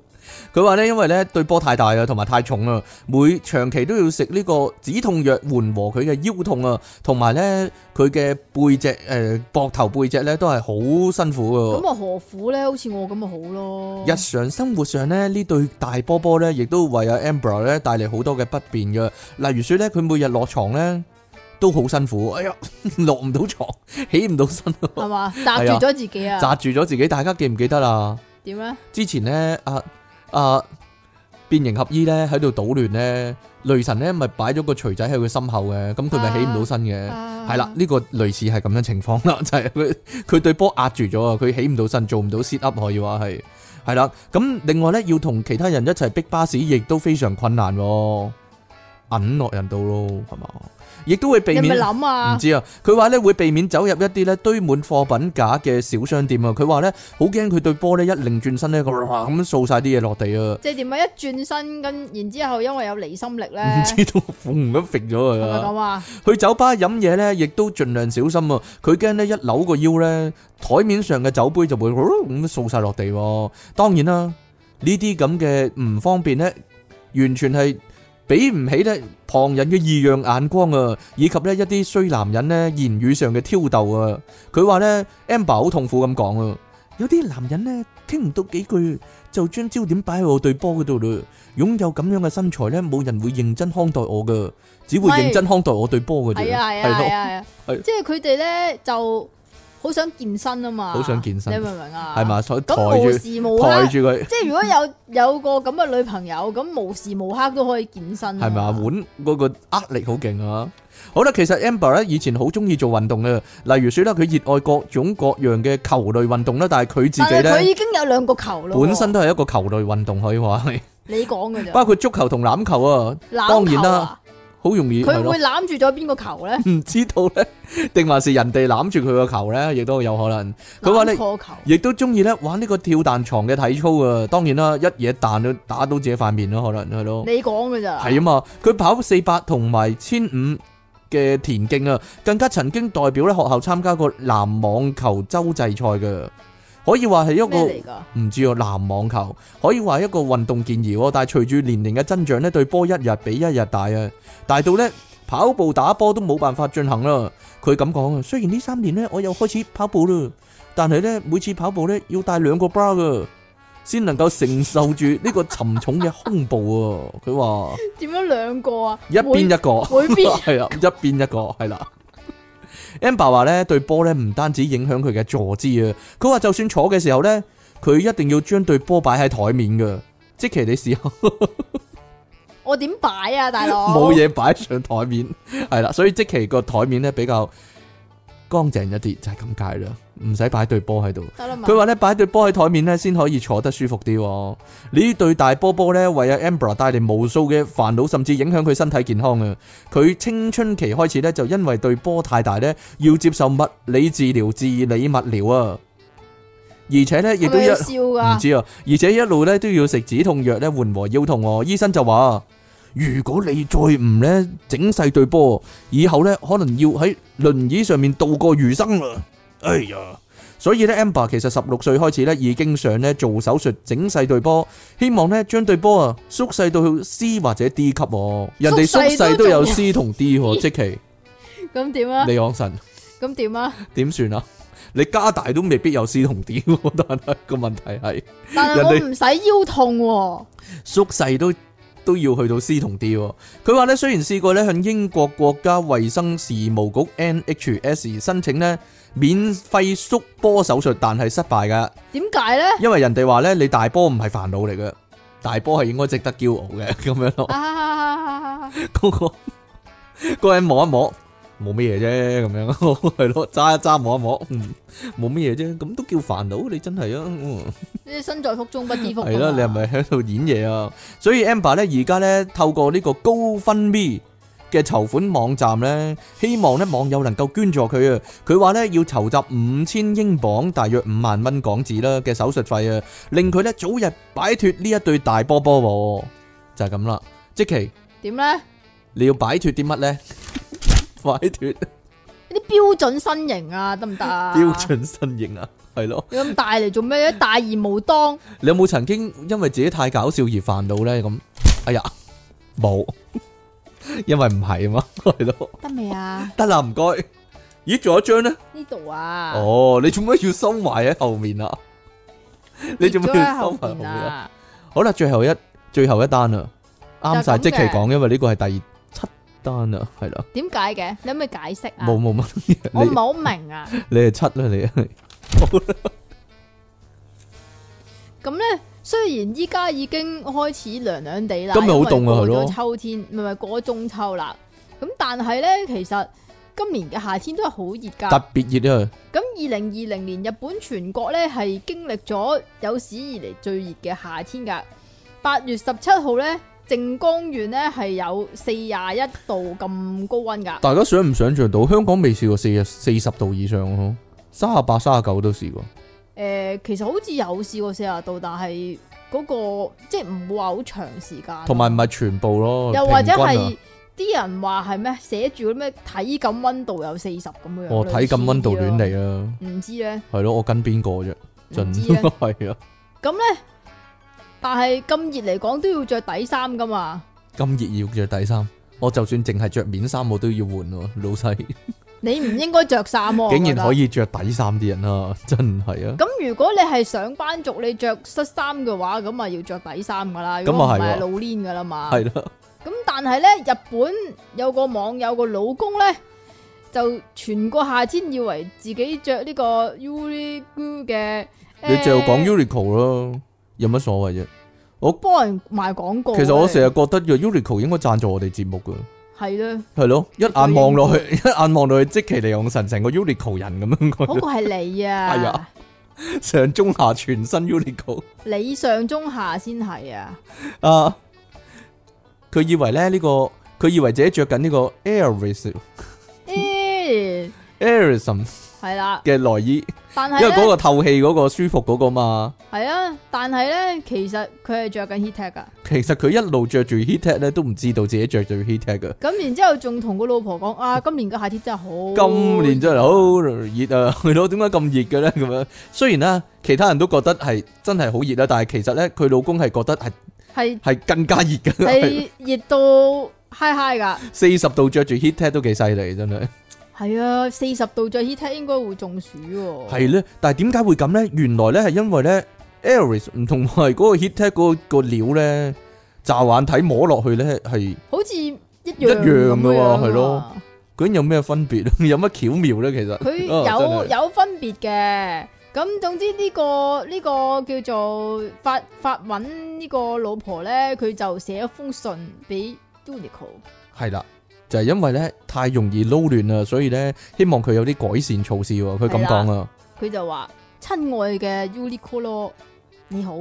佢話呢，因為呢對波太大啊，同埋太重啊，每長期都要食呢個止痛藥緩和佢嘅腰痛啊，同埋呢，佢嘅背脊誒膊頭背脊呢都係好辛苦啊。
咁啊何苦咧？好似我咁咪好咯。
日常生活上咧，呢對大波波咧，亦都為阿 Amber 咧帶嚟好多嘅不便嘅。例如說咧，佢每日落床咧都好辛苦，哎呀， 落唔到床，起唔到身，
係嘛，擲住咗自己啊？
扎住咗自己。大家記唔記得啊？
點咧？
之前咧，阿、阿、變形俠醫咧喺度搗亂咧，雷神咧咪擺咗個錘仔喺佢心口嘅，咁佢咪起唔到身嘅。
係
係啦，呢、個類似係咁樣情況啦， 就係佢佢對波壓住咗啊，佢起唔到身，做唔到 sit up 可以話係係啦。咁另外咧，要同其他人一齊逼巴士，亦都非常困難喎，揞落人度咯，係嘛？亦都會避
你咪
免。
諗啊
唔？知啊，佢話咧會避免走入一啲咧堆滿貨品架嘅小商店啊。佢話咧好驚佢對波咧一擰轉身咧咁咁掃晒啲嘢落地啊，
即係點啊？一轉身跟，然之後因為有離心力咧，
唔
係
知 道嘣咁揈咗佢
咪
啊！
咁啊？
去酒吧飲嘢咧，亦都盡量小心啊！佢驚咧一扭個腰咧，台面上嘅酒杯就會咁掃晒落地喎。當然啦，呢啲咁嘅唔方便咧，完全係比唔起咧旁人嘅異樣眼光啊，以及咧一啲衰男人咧言語上嘅挑逗啊。佢話咧，Amber 好痛苦咁講啊，有啲男人咧傾唔到幾句就將焦點擺喺我對波嗰度嘞。擁有咁樣嘅身材咧，冇人會認真看待我噶，只會
喂
認真看待我對波嘅啫。
係啊係啊
係咯
係啊係啊！
係
即係佢哋咧就好想健身啊嘛，
好想健身
你明唔明啊？
係嘛？？所以抬
咁無
住
時無
抬
刻，
住佢
即係如果有有個咁嘅女朋友，咁無時無刻都可以健身啊，
係咪啊？腕嗰個壓力好勁啊！好啦，其實 Amber 咧以前好中意做運動嘅，例如説咧佢熱愛各種各樣嘅球類運動啦，但係佢自
但
己
係佢
咧
已經有兩個球咯喎，
本身都係一個球類運動可以 話 係，
你講嘅咋？
包括足球同欖球啊，當
攬
然
球
啦
啊，
好容易係
佢
咯
會，攬住咗邊個球咧？
唔知道咧，定還是人哋攬住佢個球咧，亦都有可能。佢話你
攬錯球，
亦都中意咧玩呢個跳彈床嘅體操啊！當然啦，一嘢彈到打到自己塊面咯，可能係咯，
你講嘅 咋？
係啊嘛。佢跑四百同埋千五嘅田徑啊，更加曾經代表咧學校參加過籃網球洲際賽嘅，可以話係一
咩
個。
嚟㗎？
唔知啊，籃網球可以話係一個運動健兒喎，但係隨住年齡嘅增長呢，對波一日比一日大啊，大到呢，跑步打波都冇辦法進行啦。佢咁講啊，雖然呢三年呢，我又開始跑步啦，但係呢，每次跑步呢，要帶兩個 bra 噶，先能夠承受住呢個沉重嘅胸部啊。佢話
點樣兩個啊？
一邊一個。
每每邊
係啦，啊一邊一個係啦。Amber 話咧，對波咧唔單止影響佢嘅坐姿啊，佢話就算坐嘅時候咧，佢一定要將對波擺喺台面噶。即其你試下
我點擺啊，大佬？
冇嘢擺上台面，係啦，所以即其個台面咧比較乾淨一啲，就係咁解啦，唔使擺對波喺度。
得啊啦嘛。
佢話咧擺對波喺台面咧，先可以坐得舒服啲喎。呢對大波波咧，為阿 Amber 帶嚟無數嘅煩惱，甚至影響佢身體健康啊！佢青春期開始咧，就因為對波太大咧，要接受物理治療、治理物療啊，而且咧亦
係
都
咪
一
要笑
唔
㗎？
知啊，而且一路咧都要食止痛藥咧緩和腰痛喎。醫生就話：如果你再唔咧整細對波，以後咧可能要喺輪椅上面度過餘生啦。哎呀！所以咧，Amber 其實十六歲開始咧已經想咧做手術整細對波，希望咧將對波啊縮細到 C 或者 D 級喎。人哋縮
縮
細
細
都
都
有
有
C 同 D 喎，即其
咁點啊？
李昂臣。
咁點啊？
點算啊？你加大都未必有 C 同 D，喎但係個問題係。
但係
人
我
哋
唔使腰痛喎。
縮細都都要去到 C 同 D 喎。佢話咧，雖然試過咧向英國國家衛生事務局 NHS 申請咧免費縮波手術，但係失敗噶，
點解咧？
因為人哋話咧你大波唔係煩惱嚟嘅，大波係應該值得驕傲嘅咁樣 咯。
啊，
嗰個嗰個人摸一摸，冇乜嘢啫，咁樣 係咯，揸一揸摸一摸，嗯，冇乜嘢啫，咁都叫煩惱？你真係啊！嗯
你身在福中不知福㗎嘛。
係啦，你係咪喺度演嘢啊？所以 Amber 咧而家咧透過呢個高分 Me 嘅籌款網站咧，希望咧網友能夠捐助佢啊。佢話咧要籌集五千英鎊，大約五萬蚊港紙啦嘅手術費啊，令佢咧早日擺脱呢一對大波波喎。就係咁啦，即期
點咧？
你要擺脱啲乜咧？擺脱
啲標準身形啊，得唔得啊？
标准身形啊，系咯。
你咁大嚟做咩咧？大而無當，
你有冇曾經因為自己太搞笑而煩惱咧？咁，哎呀，冇， 因為唔係啊嘛，係咯，
得未啊？
得啦，唔該。咦，仲有一張咧？
呢度啊，
哦，你做咩要收埋喺後面啊？你做咩
跌咗
要
喺
收
後
埋後
邊
面啊？
啊？
好啦，最後一最後一單啦，啱晒即
就係咁
期
嘅
講，因為呢個係第七單啦，係啦，
點解嘅？你可唔可以解釋啊？
冇冇乜
我唔
嘢，
係好明啊。
你你係七啦，你係
咁咧，雖然依家已經開始涼涼地啦，
今日好
因為
凍啊
過
係咯
咗秋天唔係唔係過咗中秋啦。咁但係咧，其實今年嘅夏天都係好熱㗎。
特別熱啊！
咁二零二零年日本全國咧係經歷咗有史以嚟最熱嘅夏天㗎。八月十七號咧，靜江縣咧係有四廿一度咁高温㗎。
大家想唔想象到香港未試過四十四十度以上咯？三十八、三十九都試過。
诶、其實好似有試過四廿度，但係嗰、個即系唔會話好長時間咯，
同埋唔係全部咯，
又或者
平均啊
係啲人話係咩寫住咩體感温度有四十咁樣，
我睇咁温度亂
亂，
嚟啊，
唔知咧，
係咯，我跟邊個啫？
唔
盡
知 咧
係啊，
咁咧，但係咁熱嚟講都要着底衫噶嘛，
咁熱要着底衫，我就算淨係着面衫我都要換喎，老細
你唔應該着衫喎，
竟然可
以。
以着底衫啲人啊，真係啊！
咁如果你係上班族，你着恤衫嘅話，咁啊要着底衫噶啦，如果
咁啊
唔
係喎
係老練噶啦嘛。
係啦，
咁但係咧，日本有個網友個老公咧，就全個夏天以為自己着呢個 Uniqlo 嘅，
你就講
呃
Uniqlo 咯，有乜所謂啫？
幫人賣廣告。
其實我成日覺得若 Uniqlo 應該贊助我哋節目噶，
係咧，
係咯，一眼望落去，一眼望落去，即其利用神成個 Uniqlo 人咁樣
嗰
嗰
個係你
係
啊
啊，上中下全身 Uniqlo。
你上中下先 係啊，
啊，佢以為咧呢、個，佢以為自己着緊呢個 Airism
咦，
Airism
係啦，
嘅內衣，
但
因
係啊
為嗰
咧
個透氣嗰個舒服嗰個嘛。
係啊，但係咧其實佢係着緊 heat tech 啊噶，
其實佢一路着住 heat tag 咧，都唔知道自己着住 heat tag 噶。
咁然之後仲同個老婆講啊，今年嘅夏天真係好，
今年真係好熱啊， 係咯？點解咁熱嘅咧？咁樣雖然啦，其他人都覺得係真係好熱啦，但係其實咧，佢老公係覺得係
係
係更加熱嘅，
係熱到嗨嗨㗎。
四十度着住 heat tag 都幾犀利，真係。
系啊，四十度着 heat tech 應該會中暑喎。
哦係咧，但係點解會咁咧？原來咧係因為咧 a r i s 唔同埋嗰個 heat tech 嗰個料咧，乍眼睇摸落去咧係
好似一樣
一樣㗎喎
咁樣
係咯
啊。
究竟有咩分別咧？ 有乜巧妙咧？其實
佢
啊真係
有有分別嘅。咁總之呢、個呢、個叫做法法文呢個老婆咧，佢就寫咗封信俾 Uniqlo。
係啦，就係因為咧太容易撈亂啦，所以咧希望佢有啲改善措施喎。佢咁講啊，
佢就話：親愛嘅 Uniqlo，你好。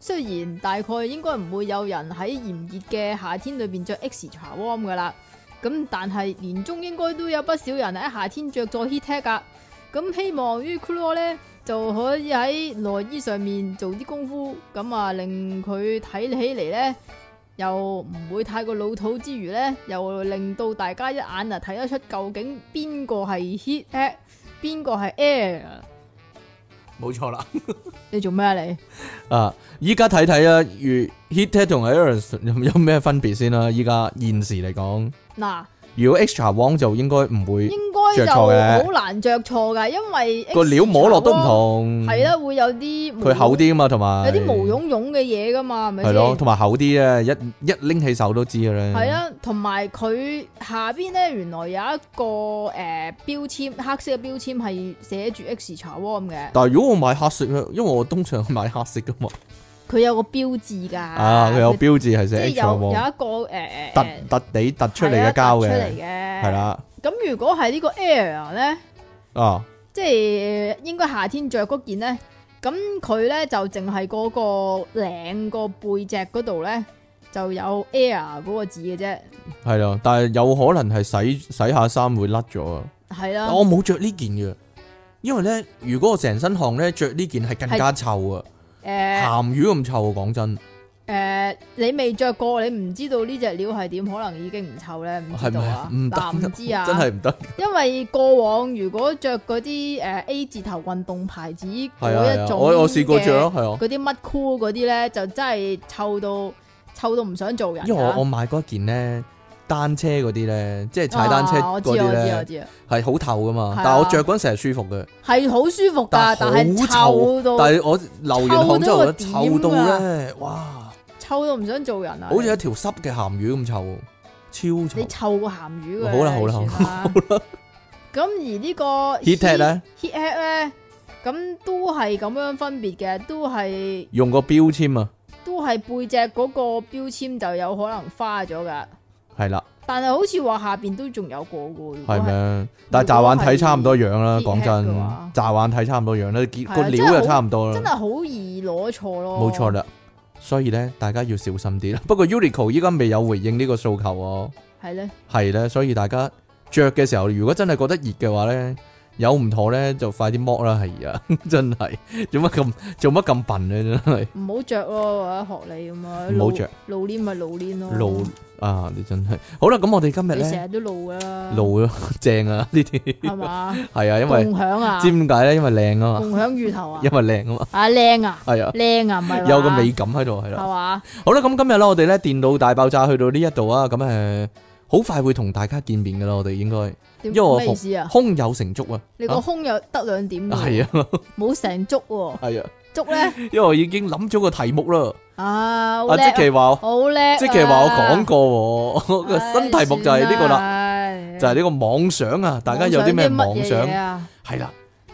雖然大概應該唔會有人喺炎熱嘅夏天裏邊着 extra warm 噶啦，咁但係年中應該都有不少人喺夏天着咗 heat tech 噶。咁希望 Uniqlo 咧就可以喺內衣上面做啲功夫，咁啊令佢睇起嚟咧又唔會太過老土之餘咧，又令到大家一眼啊睇得出究竟邊個係 heat tech，邊個係 air。
冇錯啦。
你做咩啊你？
啊，依家睇睇啊，如 heat tech 同 a r i s 有有咩分別先啦？依家現時嚟講，
嗱，
如果 extra warm 就應該唔會
應該
着
就
錯嘅
好難着錯㗎，因為
個料摸落都唔同。嗯
extra 喎。係啦，會有啲毛
佢厚，啲啊嘛，同埋
有啲毛茸茸嘅嘢㗎嘛，係咪
系
先？
咯，嗯同埋厚啲啊，一一拎起手都知嘅咧。
係，啊啦，同埋佢下邊咧，原來有一個诶、呃、標籤，黑色嘅標籤係寫住 extra warm 嘅，
但系如果我買黑色咧，因為我通常買黑色噶嘛，
佢有個標誌㗎。
啊，佢有
佢
標誌係
即係
寫
有
H 喎，
有一個诶诶、呃、
突突地突出嚟
係啊
嘅膠
啊凸出嚟
嘅，
嘅
係。啦，
咁如果係呢個 air 咧？
啊，
即係呃應該夏天着嗰件咧，咁佢咧就淨係嗰個領個背脊嗰度咧就有 air 嗰個字嘅啫，
係啦，但係有可能係洗洗下衫會甩咗啊。
係
但
啦，
我冇着呢件嘅，因為咧，如果我成身汗咧，着呢件係更加臭啊，
誒
鹹魚咁臭啊，講真，
誒诶、呃你未着過，你唔知道呢只料係點，可能已經唔臭咧，唔知
係
道
咪
啊
啊？唔得
嗱，唔知 啊，
真係唔得。
因為過往如果着嗰啲诶 A 字頭運動牌子
係啊係
嗰一
啊，
種
我我試過
嘅
着咯，係啊。
嗰啲乜 cool 嗰啲咧，就真係臭到臭到唔想做人㗎。啊
因為我我買嗰件咧單車嗰啲咧，即係踩單車
啊我
嗰
知我知
啲
我
咧
知啊，
係好透噶嘛
係啊，
但係我着嗰陣時係舒服嘅，
係好舒服㗎，
但
但係
係好臭，
臭到
但係我流完汗之後咧，臭到咧，
啊
哇！
臭到唔想做人啊！
好似一條濕嘅鹹魚咁臭，超
你
臭。
臭過鹹魚㗎。
好啦好啦
好啦。咁而呢個
Heat tag 呢
heat tag 咧，咁都係咁樣分別嘅，都係
用個標籤啊，
都係背脊嗰個標籤就有可能花咗㗎。
係啦，
但係好似話下邊都仲有個喎，如果
係
係
咩？但係乍眼睇差唔多樣啦，
如果係
講真
heat tag 嘅話，
乍眼睇差唔多樣啦，
係
結
啊
個料又差唔多
真
啦，
係好易攞錯咯。
冇錯啦。所以咧，大家要小心啲啦。不過 Uniqlo 依家未有回應呢個訴求喎。
係咧，
係咧，所以大家着嘅時候，如果真係覺得熱嘅話咧，有唔妥咧就快啲剝啦，係啊， 真係做乜咁做乜咁笨咧，真係
唔好着咯，或者學你咁啊，
唔好着
露鏈咪露鏈咯，
露啊！你真係好啦，咁我哋今日
你
咧
成日都露噶啦，
露咯，正啊 呢啲
係嘛？
係啊，因為
共享啊，
知唔點解咧？因為靚啊嘛，
共享魚頭啊
因，為靚啊嘛，
啊靚啊，
係啊，
靚啊，唔係話
有個美感喺度係啦
係。嘛？
好啦，咁今日咧，我哋咧電腦大爆炸去到呢一度啊，咁誒好快會同大家見面噶啦，我哋應該因
點
為我
咩意思啊？
胸有成竹啊，
你個胸又得兩點喎，
係啊
冇成足 喎，
係啊，
足咧
因為我已經諗咗個題目啦。
啊，好
阿
叻啊
即奇話，
好叻啊，
即奇話我講過喎， 我個新題目就係呢個啦，
啦，
就係
呢
呢個妄想啊！大家有啲咩妄想？
啊？
係啦，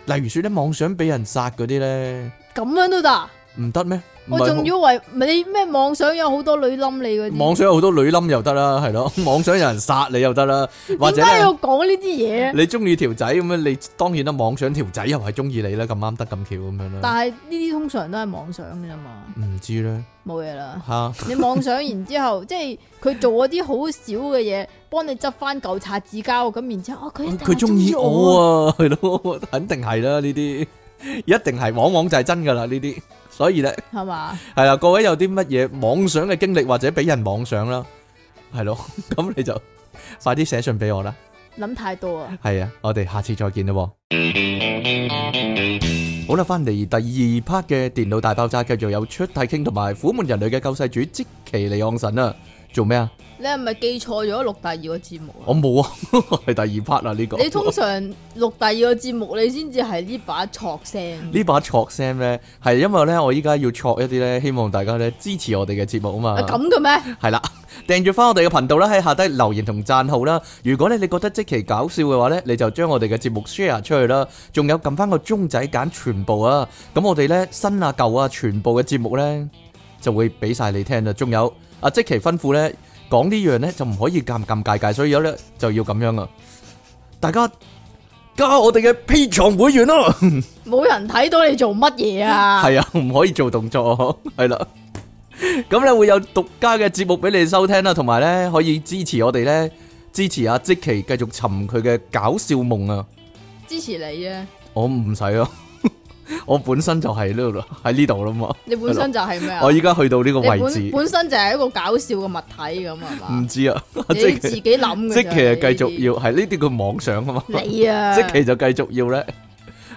例如說咧，妄想俾人殺嗰啲咧，
咁樣都得？
唔得咩？唔
我仲
係
以為你咩妄想有好多女冧你嗰啲，
妄想有好多女冧又得啦，係咯， 妄想有人殺你又得 啦，或者
點解
呢
要講呢啲嘢？
你中意條仔咁樣，你當然啦，妄想條仔又係中意你啦，咁啱得咁巧咁樣
但
啦，
係呢啲通常都係妄想嘅啫嘛，
唔知咧
冇嘢啦。
吓，
你妄想完之後，即係佢做嗰啲好少嘅嘢，幫你執翻嚿擦紙膠咁，然之後哦佢一定係
嗯佢中意
啊，
我啊， 係咯，肯定係啦呢啲，一定係，往往就係真噶啦呢啲，所以咧。
係嘛？
系啦，各位有啲乜嘢妄想嘅經歷或者俾人妄想啦，係 咯，咁你就快啲寫信俾我啦。
諗太多 啊！
係啊，我哋下次再見啦喎。好啦，翻嚟第二 part 嘅電腦大爆炸，繼續有出體傾同埋苦悶人類嘅救世主即其利昂神啊！做咩啊？
你係咪記錯咗錄第二個節目啊
我？冇 啊，係第二 part 啦呢個。
你通常錄第二個節目，你先至係呢把錯聲。
呢把戳聲咧，係因為咧我依家要戳一啲咧，希望大家咧支持我哋嘅節目啊嘛。
啊咁嘅咩？
系啦， 訂住翻我哋嘅頻道啦，喺下低留言同讚好啦。如果咧你覺得即期搞笑嘅話咧，你就將我哋嘅節目 share 出去啦。仲有撳翻個鐘仔揀全部啊。咁我哋咧新啊舊啊全部嘅節目咧就會俾晒你聽啦。仲有阿即期吩咐咧講呢樣咧就唔可以尷尷尬尬，所以有咧就要咁樣啊。大家加我哋嘅 P 床會員啦。
冇人睇到你做乜嘢啊？
系啊， 唔可以做動作， 系啦。咁咧會有獨家嘅節目俾你收聽啦，同埋咧可以支持我哋咧，支持阿即奇繼續尋佢嘅搞笑夢啊！
支持你啊！
我唔使啊， 我本身就係呢度啦，喺呢度啦嘛。
你本身就係咩啊？
我依家去到呢個
你
位
本
置，
本身就係一個搞笑嘅物體咁係嘛？
唔知啊，
你
即
自
奇
己諗嘅啫。
即奇啊，繼續
呢
要係呢啲叫妄想啊嘛，
啲你啊，
即奇就繼續要咧，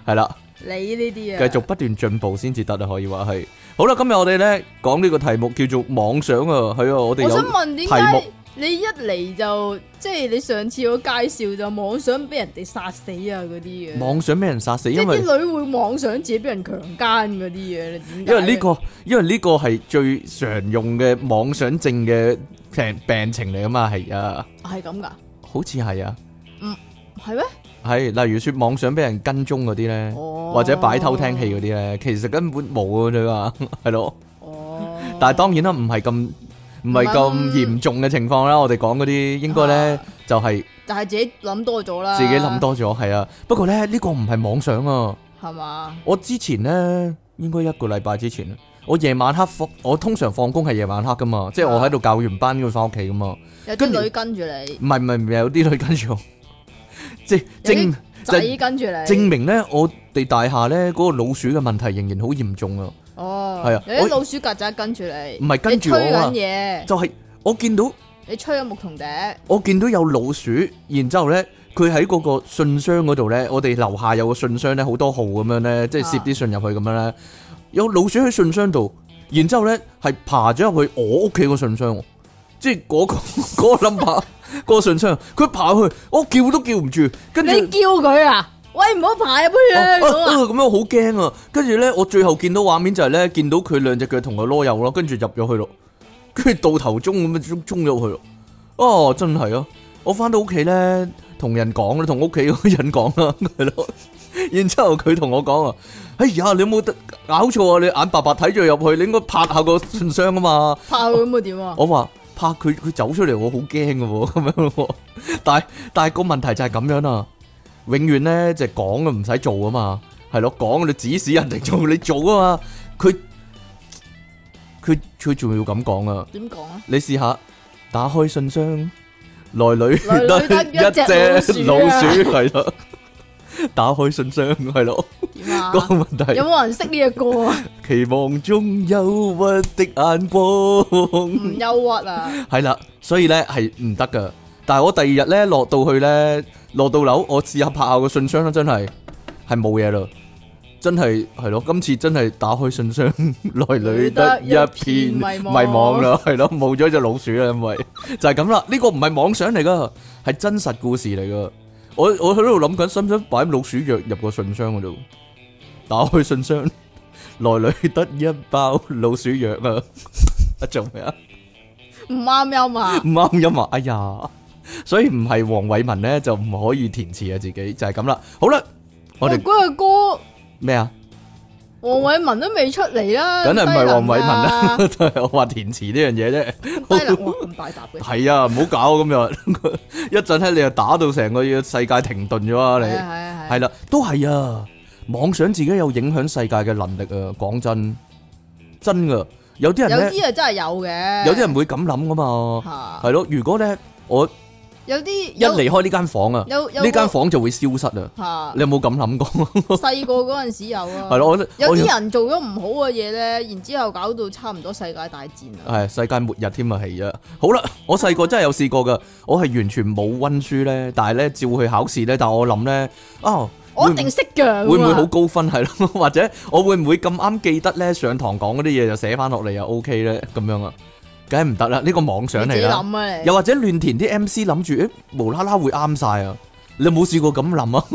係啦。
你呢啲啊，
繼續不斷進步先至得啊，可以話係。好啦，今日我哋咧講呢個題目叫做妄想啊，係啊，我哋
我想
有
問點
題
解
目
你一嚟就即係你上次我介紹就妄想俾人哋殺死啊嗰啲嘅，
妄想俾人殺死，
即係
因
啲
為
女會妄想自己俾人強姦嗰啲嘢，你點解
因
嘅？
為呢個因為呢個係最常用嘅妄想症嘅病病情嚟啊嘛，係啊，
係咁㗎，
好似係啊，
係咩？
係例如說妄想俾人跟蹤嗰啲咧，
哦
或者擺偷聽器嗰啲咧，其實根本冇啊，你話 係咯？
哦，
但係當然啦，唔係咁唔係咁
唔係咁
嚴重嘅情況啦，我哋講嗰啲應該咧
啊
就係。
就係自己諗多咗啦，
自己諗多咗，係啊。不過咧，呢個唔係妄想啊。
係嘛？
我之前咧，應該一個禮拜之前啦，我夜晚黑放，我通常放工係夜晚黑噶嘛，即係我喺度教完班要翻屋企噶嘛。
有
跟住
啲女跟住你，
唔係唔係唔係，有啲女跟住我， 即係證
有啲仔跟住你，
證明咧，我哋大廈咧嗰個老鼠嘅問題仍然好嚴重啊。
哦，啊！
係啊
有啲
我
老鼠曱甴跟住
唔
你，
係跟住我啊
你吹緊嘢，
就係我見到
你吹咗牧童笛，
我見到有老鼠，然之後咧，佢喺嗰個信箱嗰度咧，我哋樓下有個信箱咧，好多號咁樣咧，即係攝啲信入去咁樣咧，有老鼠喺信箱度，然之後咧係爬咗入去我屋企個信箱喎，即係嗰、個嗰個 number 嗰個信箱，佢爬去，我叫都叫唔住，跟住
你。叫佢啊！喂，唔好爬入去
哦
啊！
啊
咁
啊
啊
咁樣好驚啊！跟住咧，我最後見到畫面就係咧，見到佢兩隻腳同個囉柚咯，跟住入咗去咯，跟住到頭中咁樣中中咗去咯。哦，真係啊！我翻到屋企咧，同人講啦，同屋企嗰個人講啦，係咯。然之後佢同我講啊，哎呀，你有冇得搞錯啊？你眼白白睇住入去，你應該拍下個信箱啊嘛。
爬入去咁會點啊？
我話拍佢，佢走出嚟，我好驚嘅喎，咁樣喎。但係但係個問題就係咁樣啊，永遠咧就係講啊，唔使做啊嘛，係咯，講你指使人哋做，你做啊嘛，佢佢佢仲要咁講啊，
點講 啊？
你試下打開信箱，內裏
內裏得一隻
隻老
老鼠啊
鼠係咯，打開信箱係咯，
點啊
個？問題
有冇人識呢一 個啊？
期望中憂鬱的眼光。
唔憂鬱啊！
系啦，所以咧係唔得噶。但係我第二日咧落到去咧，落到樓，我試下拍下個信箱啦，真係係冇嘢啦，真係係咯。今次真係打開信箱，內裏得一片迷惘啦，係咯，冇咗只老鼠啦，因為就係咁啦。呢、個唔係妄想嚟噶，係真實故事嚟噶。我我喺度諗緊，使唔使擺老鼠藥入個信箱嗰度？打開信箱，內裏得一包老鼠藥啊！ 啊做咩啊？
唔啱音啊！
唔啱音啊！哎呀，所以唔係黃偉文咧就唔可以填詞啊，自己就係咁啦。好啦，我
我
哋
嗰個歌
咩啊？
黃偉文都未出嚟啦，
梗係唔係黃偉文啦
啦，
都係我話填詞呢樣嘢啫。
低能哇咁大沓嘅，
係啊，唔好搞咁樣， 一陣咧你又打到成個世界停頓咗啊！
係
你
啊係啊係
係
啊，
啦，都係啊，妄想自己有影響世界嘅能力啊！講真，真噶，有啲
有
人咧，
啲啊真係有嘅，
有啲人會咁諗噶嘛，
嚇
係咯。如果咧我
有啲
一離開呢間房啊，
有有
呢間房就會消失啊！
嚇
你有冇咁諗過？
細個嗰陣時有 啊，
係咯，我
有
我
啲人做咗唔好嘅嘢咧，然之後搞到差唔多世界大戰啊！
係世界末日添啊，係啊！好啦，我細個真係有試過噶，我係完全冇温書咧，但係咧照去考試咧，但係我諗咧，啊，
我
會
一
唔
定識㗎，
會唔會好
咁啊
高分係咯？ 或者我會唔會咁啱記得咧上堂講嗰啲嘢就寫翻落嚟又 OK 咧咁樣啊？梗係唔得啦，呢個妄想
你自
嚟
己
啦。
諗啊你
又。或者亂填啲 MC 諗住，誒無啦啦會啱晒啊！你有冇試過咁諗啊？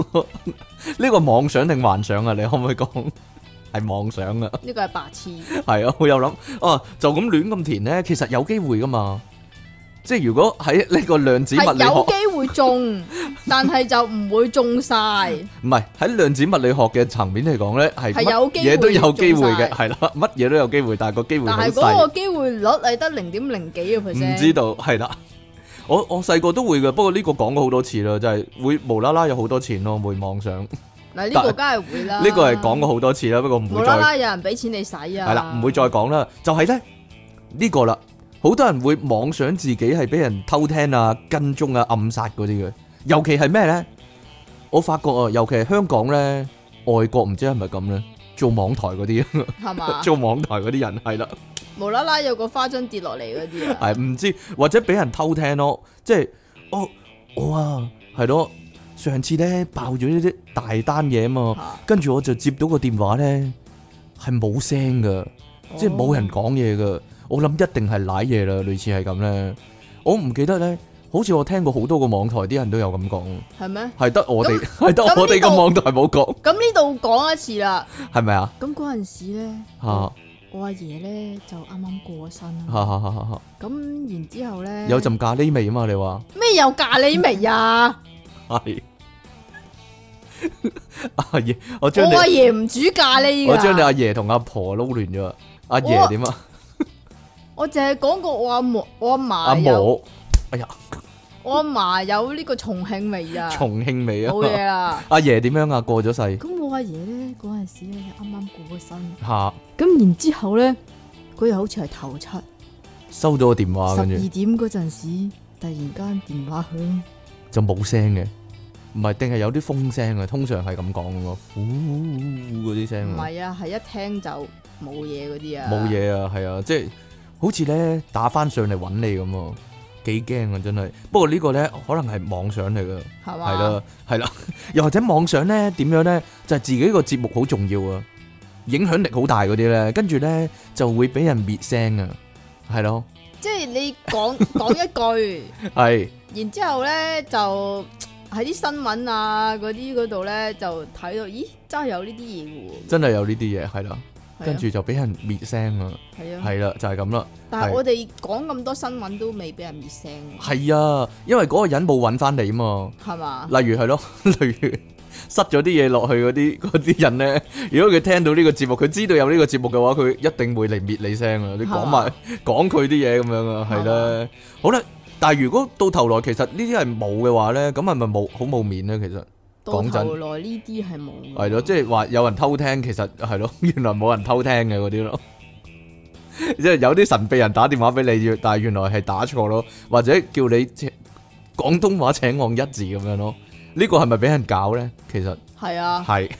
呢個妄想定幻想啊？你可唔可以講係妄想啊？
呢個係白痴，
係啊， 我又諗，哦、就咁亂咁填咧，其實有機會噶嘛。即係如果喺 呢個量子物
係
理學
有，機 會中，但係就唔會中晒。
唔係喺量子物理學嘅層面嚟講咧，係
係
乜
有機會
嘢都有機會嘅，
中晒
係啦， 乜嘢都有機會，但係個機會
但
好
係嗰
細，
個機會率係得零點零幾個 percent。
唔知道係啦。我我細個都會嘅，不過呢個講過好多次啦，就係、會無啦啦有好多錢咯，會妄想呢
嗱呢個梗係會啦。
個係講過好多次啦，不過唔
無
會
啦
再
啦有人俾錢你使啊。
系啦，唔會再講啦。就係咧呢個啦，好多人會妄想自己係俾人偷聽啊、跟蹤啊、暗殺嗰啲嘅。尤其係咩咧？我發覺啊，尤其係香港咧，外國唔知係咪咁咧，做網台嗰啲，
係嘛？
做網台嗰啲人係啦，
無啦啦有個花樽跌落嚟嗰啲啊，
係唔知或者俾人偷聽咯，即係哦我啊係咯，上次咧爆咗呢啲大單嘢啊嘛，
嚇
跟住我就接到個電話咧係冇聲噶。即係冇
哦
人講嘢噶。我諗一定係舐嘢啦，類似係咁咧。我唔記得咧，好似我聽過好多個網台啲人都有咁講，
哦係咩？
係得我哋 係得
咁呢度
我哋個網台冇講，
咁呢度講一次啦。
係咪啊？
咁嗰陣時咧，
嚇嚇
我阿爺咧就啱啱過咗身啦。
嚇嚇嚇嚇，
咁然之後咧，
有陣咖喱味啊嘛！你話
咩有咖喱味啊？
係 阿爺，我
我
將
阿
你
爺唔煮咖喱㗎。
我將你阿爺同阿婆撈亂咗啊！阿爺
我
點啊？
我淨係講過我阿嫲，我阿
阿
嫲有
婆哎呀，
我阿嫲有呢個重慶味啊，
重慶味
冇嘢
啊！
啦。
阿爺點樣啊？過咗世
咁我阿爺咧嗰陣時咧啱啱過咗身，
嚇，
咁然之後咧嗰日好似係頭七十
收到個電話
二
跟住。
點嗰陣時，突然間電話響，
就冇聲嘅，唔係定係有啲風聲啊？通常係咁講嘅喎，呼嗰啲
唔
聲啊，
係啊，係一聽就冇嘢嗰啲啊，
冇。嘢啊，係啊，即係好似咧打翻上嚟揾你咁喎，幾驚啊真係。不過呢個咧可能係妄想嚟㗎。
係嘛？
系啦，系啦， 又或者妄想咧，點樣咧，就係自己個節目好重要啊，影響力好大嗰啲咧，跟住咧就會俾人滅聲啊，係咯，
即係你 講講一
係
句，然之後咧就喺啲新聞啊嗰啲嗰度咧就睇到，咦，真係有呢啲嘢嘅
真係有呢啲嘢，係啦，
喎。
跟住就俾人滅聲啊，
係啊，係啊
係啦，就係咁啦，
但係
係
我哋講咁多新聞都未俾人滅聲喎，
係啊，因為嗰個人冇揾翻你嘛，
係嘛？
例如係咯， 例如。塞咗啲嘢落去嗰啲 嗰啲人咧，如果佢聽到呢個節目，佢知道有呢個節目嘅話，佢一定會嚟滅你聲啊！你講埋講佢啲嘢咁樣啊，係啦。好啦，但係如果到頭來其實呢啲係冇嘅話咧，咁係咪冇好冇面咧？其實
到
講真
頭來呢啲係冇嘅。
係咯，即係話有人偷聽，其實係咯， 原來冇人偷聽嘅嗰啲咯。 即係有啲神秘人打電話俾你，但係原來係打錯咯，或者叫你請廣東話請按一字咁樣咯。呢個係咪俾人搞咧？其實。
係 啊，
系，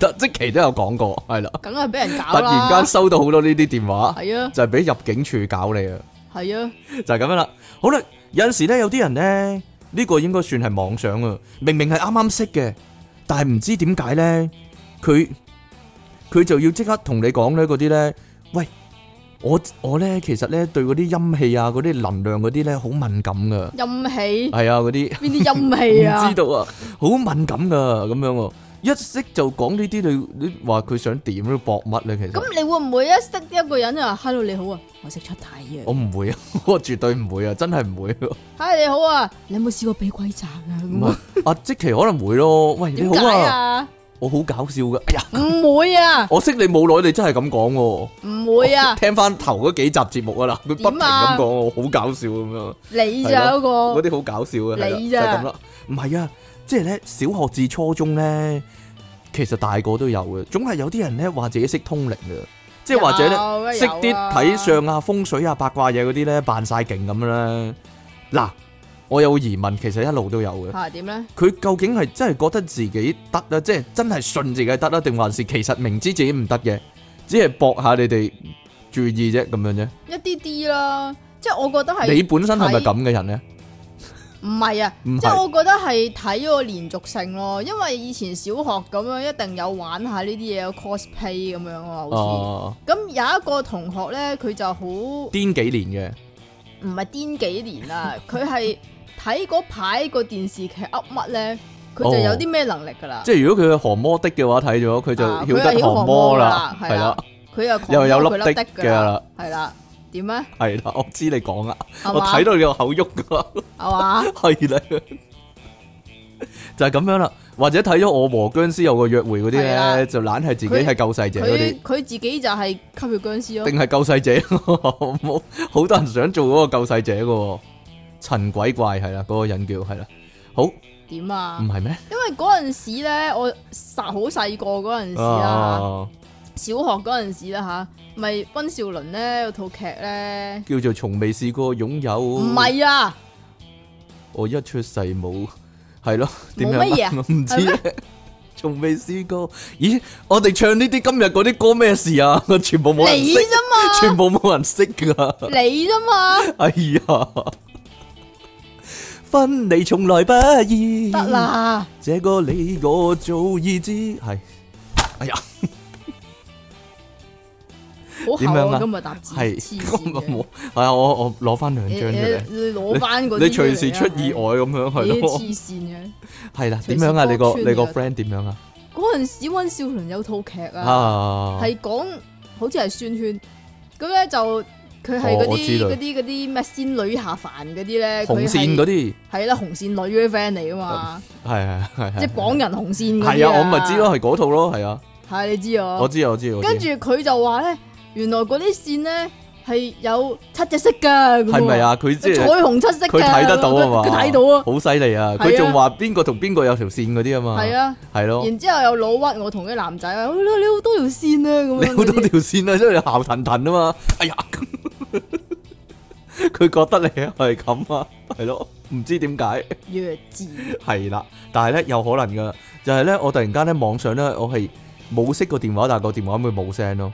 特即期都有講過，係啦。
梗係俾人搞
突然
啦。
間收到好多呢啲電話，
係啊，
就係俾入境處搞你啊，
係啊，
就係咁樣啦。好啦，有阵时咧，有啲人咧，呢個應該算係妄想啊。明明係啱啱識嘅，但係唔知點解咧，佢佢就要即刻同你講咧嗰啲咧，喂，我我咧其實咧對嗰啲陰氣啊、嗰啲能量嗰啲咧好敏感噶，
陰氣
係啊嗰啲。
邊啲陰氣
唔
啊
知？道啊，好敏感噶咁樣喎，一識就講呢啲，你你話佢想點都搏乜咧？其實
咁你會唔會一識一個人啊？Hello 你好啊，我識出體啊。
我唔會啊， 我絕對唔會啊，真係唔會啊。
嗨你好啊，你有冇試過俾鬼砸啊？
唔
咁
係
啊
阿即奇可能會咯，喂你
點
好
解
啊，
啊？
我好搞笑噶，哎呀，
唔會啊，
我識你冇耐，你真係咁講喎。
唔會啊，
聽翻頭嗰幾集節目啊啦，佢不停
點啊
咁講我好搞笑咁樣，
你就有一
嗰
個
啲好搞笑啊，係啦，
你
就係
咋
咁啦。唔係啊，即係咧小學至初中咧，其實大個都有嘅，總係有啲人咧話自己識通靈嘅，即係或者咧。
咧
識啲睇相啊、風水啊、八卦嘢嗰啲咧，扮晒勁咁咧。嗱，我有個疑問，其實一路都有嘅。
吓點咧？
佢究竟係真係覺得自己得啦，即係真係信自己得啊啦，定還是其實明知自己唔得嘅，只係搏下你哋注意啫咁樣啫？
一啲啲啦，即係我覺得
你
係
本身係咪咁嘅人咧？
唔係啊？
唔
即係
係，
我覺得係睇嗰個連續性咯，因為以前小學咁樣一定有玩下呢啲嘢有，cosplay 咁樣啊，好
哦，
似咁有一個同學咧，佢就好唔
癲幾年
係癲幾 年啊，佢係睇嗰排個電視劇噏乜咧，佢就有啲咩能力㗎啦
嘅，，即係如果佢係降魔的嘅話，睇咗佢就
啊
曉
佢係
得
曉
降魔啦，
降魔㗎啦啊
係啦，
佢
又
又
有
佢
粒
粒
的
的㗎
嘅
啦，
啦，
係啦，點咧？
係啦，我知你講啦，啊
係
我
嘛？
睇到你個口喐㗎啦。
係嘛？
系啦，就係咁樣啦。或者睇咗我和僵尸有個約會嗰啲
係啦
咧，就懶係自己係救世者嗰
佢
啲，嗯
佢自己就係吸血僵屍咯，
定係救世者？ 冇好多人想做嗰個救世者嘅喎，陳鬼怪係啦，嗰、個人叫係啦。好唔
點啊？
係咩？
因為嗰陣時咧，我實好細個嗰陣時啦。
啊，
小學嗰陣時啦吓，咪温兆倫咧有套劇咧，
叫做從未試過擁有。
唔係啊，
我一出世冇，係咯，點
冇
樣
乜嘢
啊？
啊
我唔知
係
咧，從未試過。咦，我哋唱呢啲今日嗰啲歌咩事啊？ 全部
你啊
冇人識，
啫
全部冇人識噶。
嘛，你啫嘛，
哎呀，分离从来不易，
得，啦，
这个你我早已知，系，哎呀，
好
點
厚
樣啊
啊，今日答字黐
系，
線
咁
嘅
冇，系啊，我我攞翻兩
你
張出嚟，
你你攞翻嗰啲
你隨時出意外
嚟啊
咁樣
係
係
你
咯，
黐線嘅。
係啦，
隨時
點樣啊？你個
幫穿
你個
嘅
friend 點樣啊？
嗰陣時温兆倫有套劇啊，
啊，
係講好似係宣圈，咁咧就佢係
哦
嗰
我知
啲
道
嗰啲嗰啲咩仙女下凡嗰啲咧，
紅
佢
線
係
嗰啲，
係啦紅線女嗰啲 friend 嚟噶嘛，
係係嗯係
即係
係，
綁人紅線嗰啲
係啊，我咪知咯，係嗰套咯，係啊，
係你知啊。
我知我知我
跟住
知，
佢就話咧，原來嗰啲線咧係有七隻色噶，
係咪？啊？佢即
彩
係
虹七色㗎
佢睇得到啊嘛，
佢睇到啊，
好犀利啊！
係啊
佢仲話邊個同邊個有條線嗰啲啊嘛，
係啊。
係咯。
然之後有老屈我同啲男仔啊，哎你你好多條線啊，咁
你
樣
好多
嗰啲
條線啊，因為你姣騰騰啊 嘛。哎呀，佢覺得你係咁啊，係咯，唔知點解。
弱智，
係啦，但係咧有可能噶，就係咧我突然間咧網上咧我係冇熄個電話，但係個電話會冇聲咯。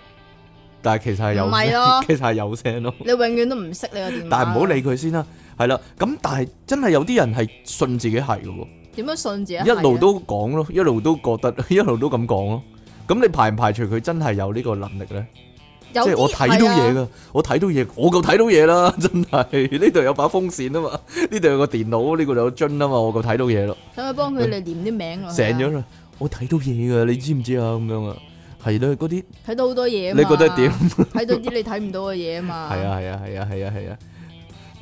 但係其實係有
唔係咯
其實係有聲咯。
你永遠都唔識你個電話。
但係唔好理佢先啦，係啦。咁但係真係有啲人係信自己係嘅喎。
點樣信自己係啊？
一路都講咯，一路都覺得， 一路都咁講咯。咁你排唔排除佢真係有呢個能力咧？
有
即
啲
係我睇到嘢
係啊，
噶，我睇到嘢，我夠睇到嘢啦， 真係呢度有把風扇啊嘛，呢度有個電腦，呢度有樽啊嘛，我夠睇到嘢咯，
想去幫佢哋念啲名落去
醒
啊
咗啦，我睇到嘢噶，你知唔知啊？咁樣啊，係咯，嗰啲
睇到好多嘢啊嘛。
你覺得點？
睇到啲你睇唔到嘅嘢啊嘛。
係啊係啊係啊係啊係啊，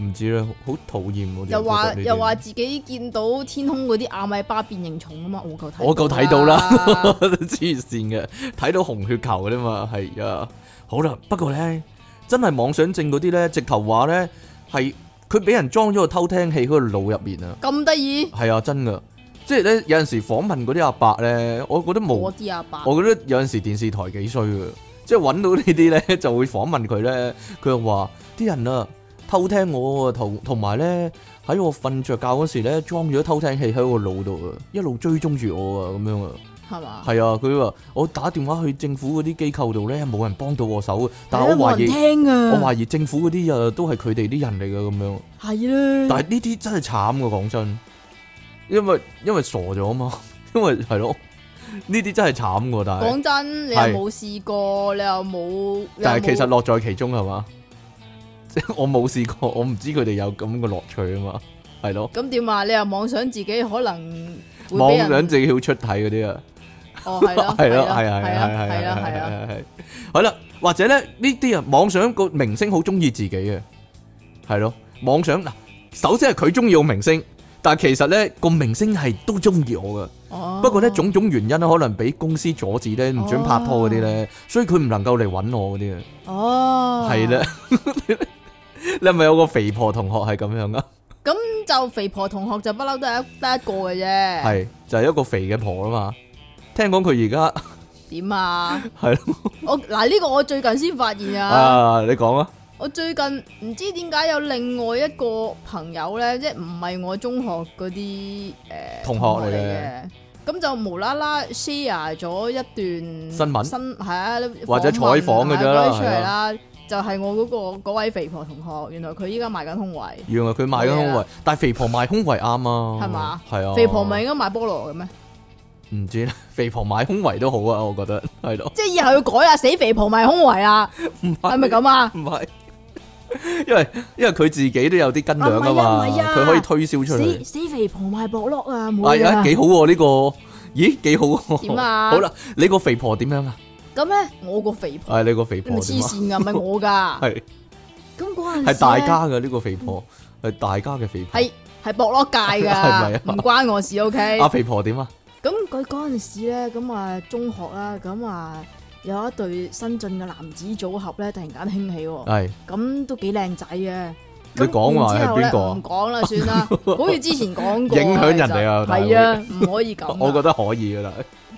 唔知啦，好討厭我哋。
又話
覺得呢啲
又話自己見到天空嗰啲阿米巴變形蟲啊嘛，我夠睇
我夠睇到啦，
啦，
黐線嘅，睇到紅血球嘅啫嘛，係啊。好啦，不過咧，真係妄想症嗰啲咧，直頭話咧係佢俾人裝咗個偷聽器喺個腦入面啊，
咁得意，
係啊，真噶。即係咧有陣時訪問嗰啲阿伯咧，我覺得冇
我，啲阿爸
我覺得有陣時電視台幾衰嘅，即係揾到呢 啲咧就會訪問佢咧，佢又話啲人啊偷聽我啊，同同埋咧喺我瞓着覺嗰時咧裝咗偷聽器喺我腦度啊，一路追蹤住我啊咁樣啊。
係嘛？
係啊，佢話我打電話去政府嗰啲機構度咧，冇人幫到我手啊。但係
係啊
我懷
冇人
疑，
聽
我
啊，嗯
懷疑政府嗰啲啊都係佢哋啲人嚟嘅咁樣。
係
但
啦，
係呢啲真係慘嘅，講真，因為因為傻咗啊嘛， 因為係咯，呢啲真係慘嘅，但係
講真，你又
係
冇試過，你又冇，你又
但係其實
冇
樂在其中係嘛？ 即係我冇試過，我唔知佢哋有咁嘅樂趣啊嘛，係咯，
咁點啊？你又妄想自己可能會
妄
俾人
想自己要出體嗰啲啊。
哦係咯
係咯，
啦
係啊，係
係
啊，係
啦
啊，
係啦係
啊
啦，，
係好啦，或者咧呢啲人妄想個明星好中意自己嘅，係咯，妄想嗱，首先係佢中意個明星，但係其實咧個明星係都中意我噶，
哦
不過咧種種原因咧，可能俾公司阻止咧，唔准拍拖嗰啲咧，所以佢唔能夠嚟揾我嗰啲啊，
哦
係啦， 你係咪有個肥婆同學係咁樣啊？
咁就肥婆同學就不嬲都係一得一個嘅啫，
係就係一個肥嘅婆啊嘛，聽講佢而家
點啊？
係咯，
我嗱呢個我最近先發現啊。
啊你講啊，
我最近唔知點解有另外一個朋友咧，即係唔係我中學嗰啲誒
同學嚟嘅
嚟嘅，咁就無啦啦 share 咗一段新
聞
新係啊，
或者
訪問
採訪嘅啫
係
啦
啊嗰啲出嚟啦，就係我嗰個嗰位肥婆同學，原來佢依家賣緊胸圍，
原來佢賣緊胸
冇嘢
圍
啦，
但係肥婆賣胸圍啱啊，
係嘛？
係啊，
肥婆咪應該賣菠蘿嘅咩？
唔知咧， 肥婆賣胸圍都好啊，我覺得 係咯，
即係以後要改啊，死肥婆賣胸圍啊，係咪？咁啊？
唔係， 因為因為佢自己都有啲斤兩啊
啊唔
嘛，
係啊唔係啊
佢可以推銷出
死
嚟，
死肥婆賣博落啊，冇
係
嘢
啊，
啊。
幾好喎呢個，咦幾好喎，
點 啊
好啦，你個肥婆點樣啊？
咁咧，我個肥婆，
係你個肥
你咪
婆
黐
點啊？
線 㗎，唔係我㗎。
係
咁嗰陣時
係大
呢
家嘅呢個肥婆，係大家嘅肥婆。
嗯係系博落 界
係咪
㗎
啊，
唔關我事。O K，
阿肥婆點啊？
咁佢嗰阵时咧，咁啊中學啦，咁啊有一對新進嘅男子組合咧，突然間興起，喎，
係
咁都幾靚仔嘅。
你講話係邊個啊
咁然之後呢唔講啦， 算啦。好似之前講過，
影響人哋啊大佬
系啊，唔可以咁啊。
我覺得可以噶啦。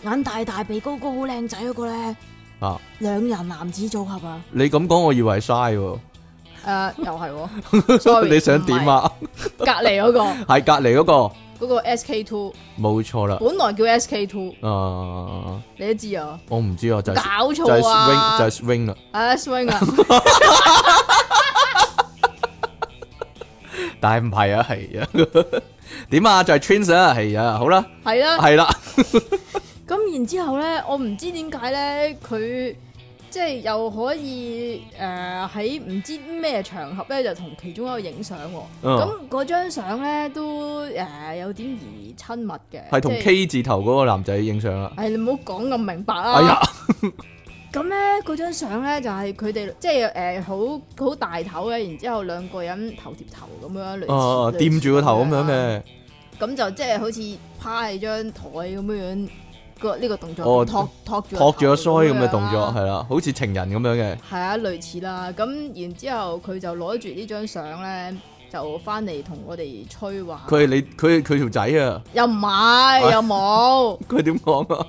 眼大大、鼻高高、好靚仔嗰個咧，
啊，
兩人男子組合啊，
你咁講，我以為嘥喎。
诶，又係喎 sorry，
你想點啊？
唔係？隔離嗰個
係隔離嗰個，
嗰個 S K Two，
冇錯啦。
本來叫 S K Two，
啊，
你都知啊。
我唔知啊，就係
搞
就係
錯
swing
啊！
就係 swing 啦。
啊 swing 啊，
但系唔系啊，系啊， 点啊，就系 twins 啊，系啊，好啦，
係啦。
系啦，
咁然之後咧，我唔知點解咧，佢即係又可以誒喺唔知咩場合咧，就同其中一個影相喎。
嗯
咁嗰張相咧都誒有點兒親密嘅，
系同
即係
K 字头嗰个男仔影相啦。
唉，你唔好講咁明白啊
哎呀
啦。，咁咧嗰張相咧就係佢哋即係誒好好大頭嘅，然之後兩個人頭貼頭咁樣類似
啊，掂住个头咁样。
類似
嘅，
咁就即係好似趴喺張台咁樣樣個呢個動作，
哦
托托住
托住个腮咁嘅
動
动作，系啦，好似情人咁样嘅，
係啊，類似啦。咁然之後佢就攞住呢張相咧，就翻嚟同我哋吹話。
佢啊系你，佢佢条仔啊，
又唔係又冇，
佢点讲啊？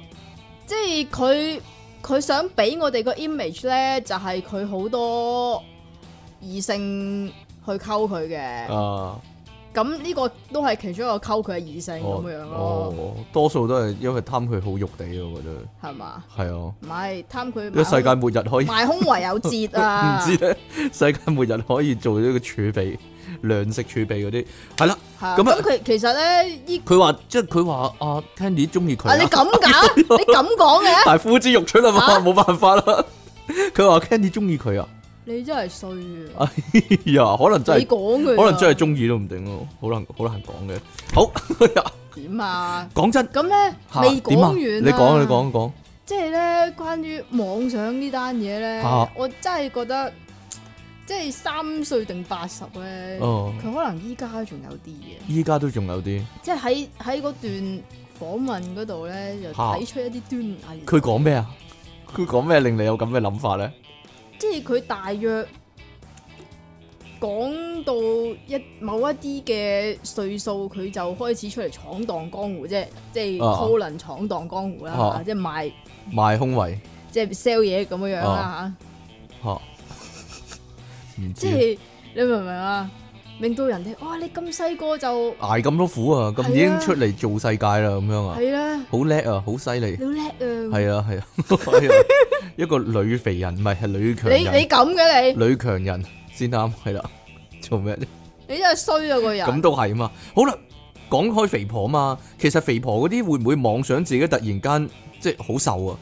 即係佢佢想俾我哋個 image 咧，就係佢好多異性去溝佢嘅。
啊，
咁呢個都係其中一個溝佢嘅異性
哦
咁樣咯，
哦，多數都係因為貪佢好肉地，啊我覺得
係嘛？
係啊。
唔係貪佢
呢個世界
賣
末日可以
空賣空唯有節啊！
唔知咧，世界末日可以做呢個儲備糧食儲備嗰啲，係啦。
係啊
咁啊
咁佢其實咧依
佢話即係佢話阿 Candy 中意佢
啊你
啊，
咁 㗎，你咁講嘅，
但係呼之欲出啊嘛，
啊
冇辦法啦。佢話 Candy 中意佢啊，
你真係衰
哎呀，可能真
啊！你
係
講佢啊，
可能真係中意都唔定咯，好難好難講嘅。好，哎呀
點啊？
講真，
咁咧
嚇
未講
點啊
完啊
你講你講講，
即係咧，關於妄想呢單嘢咧
啊，
我真係覺得，即係三歲定八十咧，佢
哦，
可能依家仲有啲嘢，
依家都仲有啲，
即係喺喺嗰段訪問嗰度咧，又
啊
睇出一啲端倪。
佢講咩啊？佢講咩令你有咁嘅諗法咧？
即係佢大約講到一某一啲嘅歲數，佢就開始出嚟闖蕩江湖啫，即係
啊
Colin 闖蕩江湖啦，
啊
即係賣
賣胸圍
即係 sell 嘢咁樣樣
啊
啦嚇。
嚇，唔知
即
啊
係你明唔明啊？令到人哋哇，你咁細個就
捱咁多苦啊，咁已
係
經
啊
出嚟做世界啦，咁樣啊，
係啦，
好叻啊，好犀利
你。好叻啊！
系啊系啊，係啊 一個女肥人，唔係係女強
你你
人，
咁嘅你，
女強人先啱係啦。做咩啫？
你真係衰啊個人
咁。都係啊嘛。好啦，講開肥婆嘛，其實肥婆嗰啲會唔會妄想自己突然間即係好瘦啊？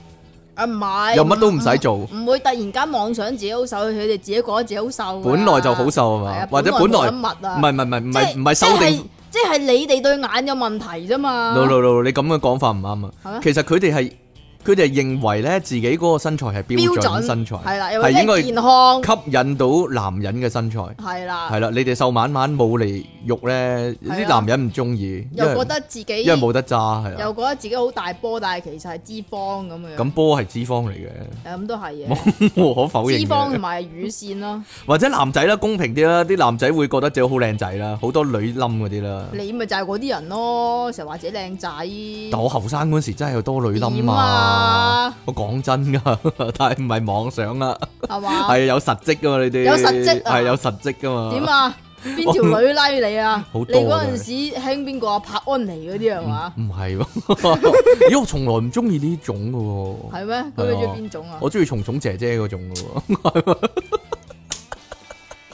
啊唔係，嗯
又乜都唔使做
唔唔會突然間妄想自己好瘦，佢哋自己覺得自己好瘦㗎。
本來就好瘦啊
係
嘛，
啊，
或者本
本
來
來
唔
冇得密啊，
係唔係唔係唔係
即
唔係
即
瘦
係
定
即係你哋對眼有問題啫嘛。
？no no no，你咁嘅講法唔啱啊。
係咩
其實佢哋係佢哋係認為咧自己嗰個身材係標
標準
準身材，
係啦，又或
係
者
應該
健康
吸引到男人嘅身材。
係
系
啦，
啦，你哋瘦晚晚冇嚟肉咧，
啊
啲男人唔中意，因
又覺
為
得自己
因為
又
冇得揸係啊。
覺得自己好大波，但係其實係脂肪咁樣。
咁波係脂肪嚟嘅，
誒咁都係嘅。
無可否認
脂肪同
嘅。
埋乳腺啦，
或者男仔啦，公平啲啦，啲男仔會覺得自己好靚仔啦，好多女冧嗰啲啦。
你咪就係嗰啲人咯，成日話自己靚仔。
但我後生嗰時真係有多女冧
點
啊！
啊
我講真 噶，但係唔係妄想啦，
係嘛？
係有實績噶嘛，你哋
啊有實績啊
係有實績噶嘛。
點啊？邊條女拉你啊？
好多
你嗰陣
真係
時興邊個啊？柏安妮嗰啲係嘛？
唔係喎， 咦？我從來唔中意呢種噶喎。
係啊咩？咁你中意邊種啊？
我中意蟲蟲姐姐嗰種嘅喎，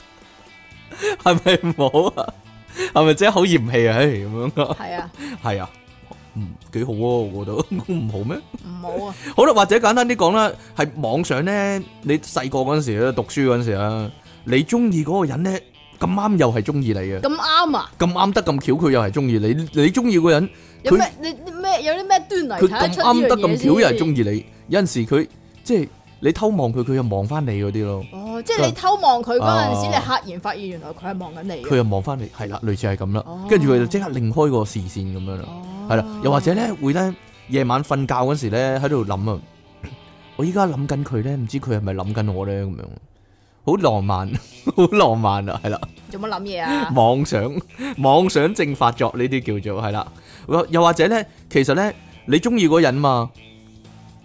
係咪？係咪唔好啊？係咪即係好嫌棄啊？唉，咁樣啊？
係啊，
係啊，嗯，幾好喎，我覺得 唔好咩？
唔好啊，
好啦，或者簡單啲講啦，係網上咧，你細個嗰陣時咧，讀書嗰陣時啊，你中意嗰個人咧，咁啱又係中意你嘅，
咁啱啊？
咁啱得咁巧，佢又係中意你，你中意嗰個人，
有咩？你你咩？有啲咩端
佢
倪睇
咁
得出
啱
呢
得
樣
咁
嘢
巧又係中
先？
意你，有陣時佢即係你偷望佢，佢又望翻你嗰啲咯。
哦，即係你偷望佢嗰陣時，
啊
你赫然發現原來佢係望緊你嘅。啊
佢又望翻嚟，係啦，類似係咁啦
哦。
跟住佢就即刻擰開個視線咁樣啦，
哦
係啦。又或者咧，會咧夜晚瞓覺嗰時咧，喺度諗啊， 我依家諗緊佢咧，唔知佢係咪諗緊我咧咁樣，好浪漫， 好浪漫啊，係啦，
做乜諗嘢啊？
妄想 妄想症發作呢啲叫做係啦。又又或者咧，其實咧，你中意嗰個人嘛，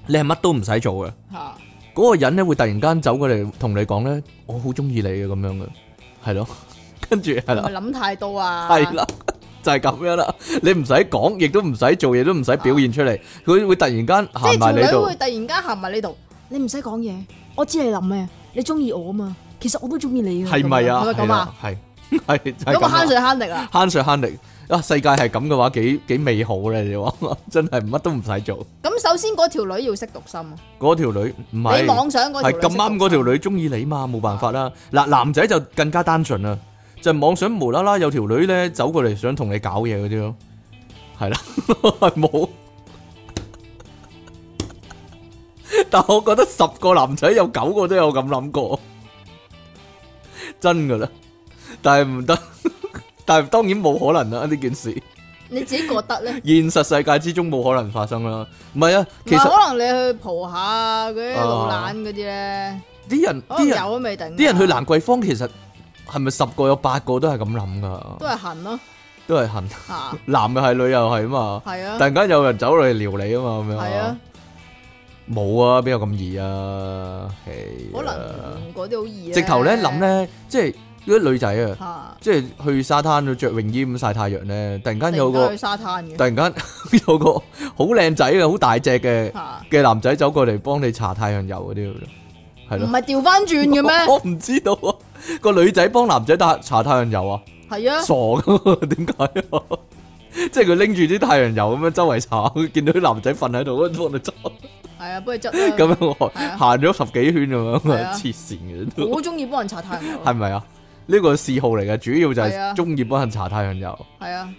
你係乜都唔使做嘅，
嚇
嗰個人咧會突然間走過嚟同你講咧，我好中意你嘅咁樣嘅，係咯， 跟住係
係
啦
咪。諗太多啊？
系啦，就係咁樣啦。你唔使講，亦都唔使做，亦都唔使表現出嚟。佢會突然間
即係
行
條
埋你
女
度
會，突然間行埋呢度，你唔使講嘢，我知你諗咩，你中意我啊嘛，其實我都中意你啊，
係咪啊？
咁
係
樣係咪咁啊？
啦，係係就係
咁
咁
啊慳水
啊
慳力啊，
慳水慳力啊！世界係咁嘅話，幾幾美好咧？你話 真係乜都唔使做。
咁首先嗰條女要識讀心啊，
嗰條女唔
你
係
妄想嗰條
係
女
咁啱嗰條女中意你嘛，冇辦法啦。嗱，男仔就更加單純啦，就係妄想無啦啦有條女咧走過嚟想同你搞嘢嗰啲咯，係啦， 係冇。但我覺得十個男仔有九個都有咁諗過，真噶啦。但係唔得， 但係當然冇可能啦呢件事，
你自己覺得咧，
現實世界之中冇可能發生啦。唔係啊，
唔
其
係
實
可能你去蒲下嗰啲老懶嗰啲咧，
啲人
可能
啲人。
有都未定啊，
啲人去蘭桂坊其實係咪十個有八個都係咁諗
都
噶？
係痕咯
都係恨
嚇，
男又係女又係啊嘛，
係
突
啊
然間有人走嚟撩你啊嘛，咁樣
係啊，，
冇啊，邊有咁易啊？係啊
可能嗰啲好易
直頭咧諗，咧，即係如果女仔啊，
吓，
即係去沙灘度着泳衣咁曬太陽咧，突然間有
突然間
個
去沙灘嘅
突然間 有個好靚仔嘅好大隻嘅
吓，
嘅男仔走過嚟幫你搽太陽油嗰啲咯，係
唔
咯。
係調翻轉嘅 咩？
我唔知道啊，個女仔幫男仔打搽太陽油啊，
係 啊，
傻噶，點解啊？即係佢拎住啲太陽油咁樣周圍搽，見到啲男仔瞓喺度，幫佢搽，
係啊，不如執啦。
咁樣我
係啊
行咗十幾圈咁樣
係
啊，
啊
黐線嘅都。
好中意幫人擦太陽油
系
啊，
咪啊？呢個嗜好嚟嘅，主要就
係
係
啊
中意幫人搽太陽油。
係啊，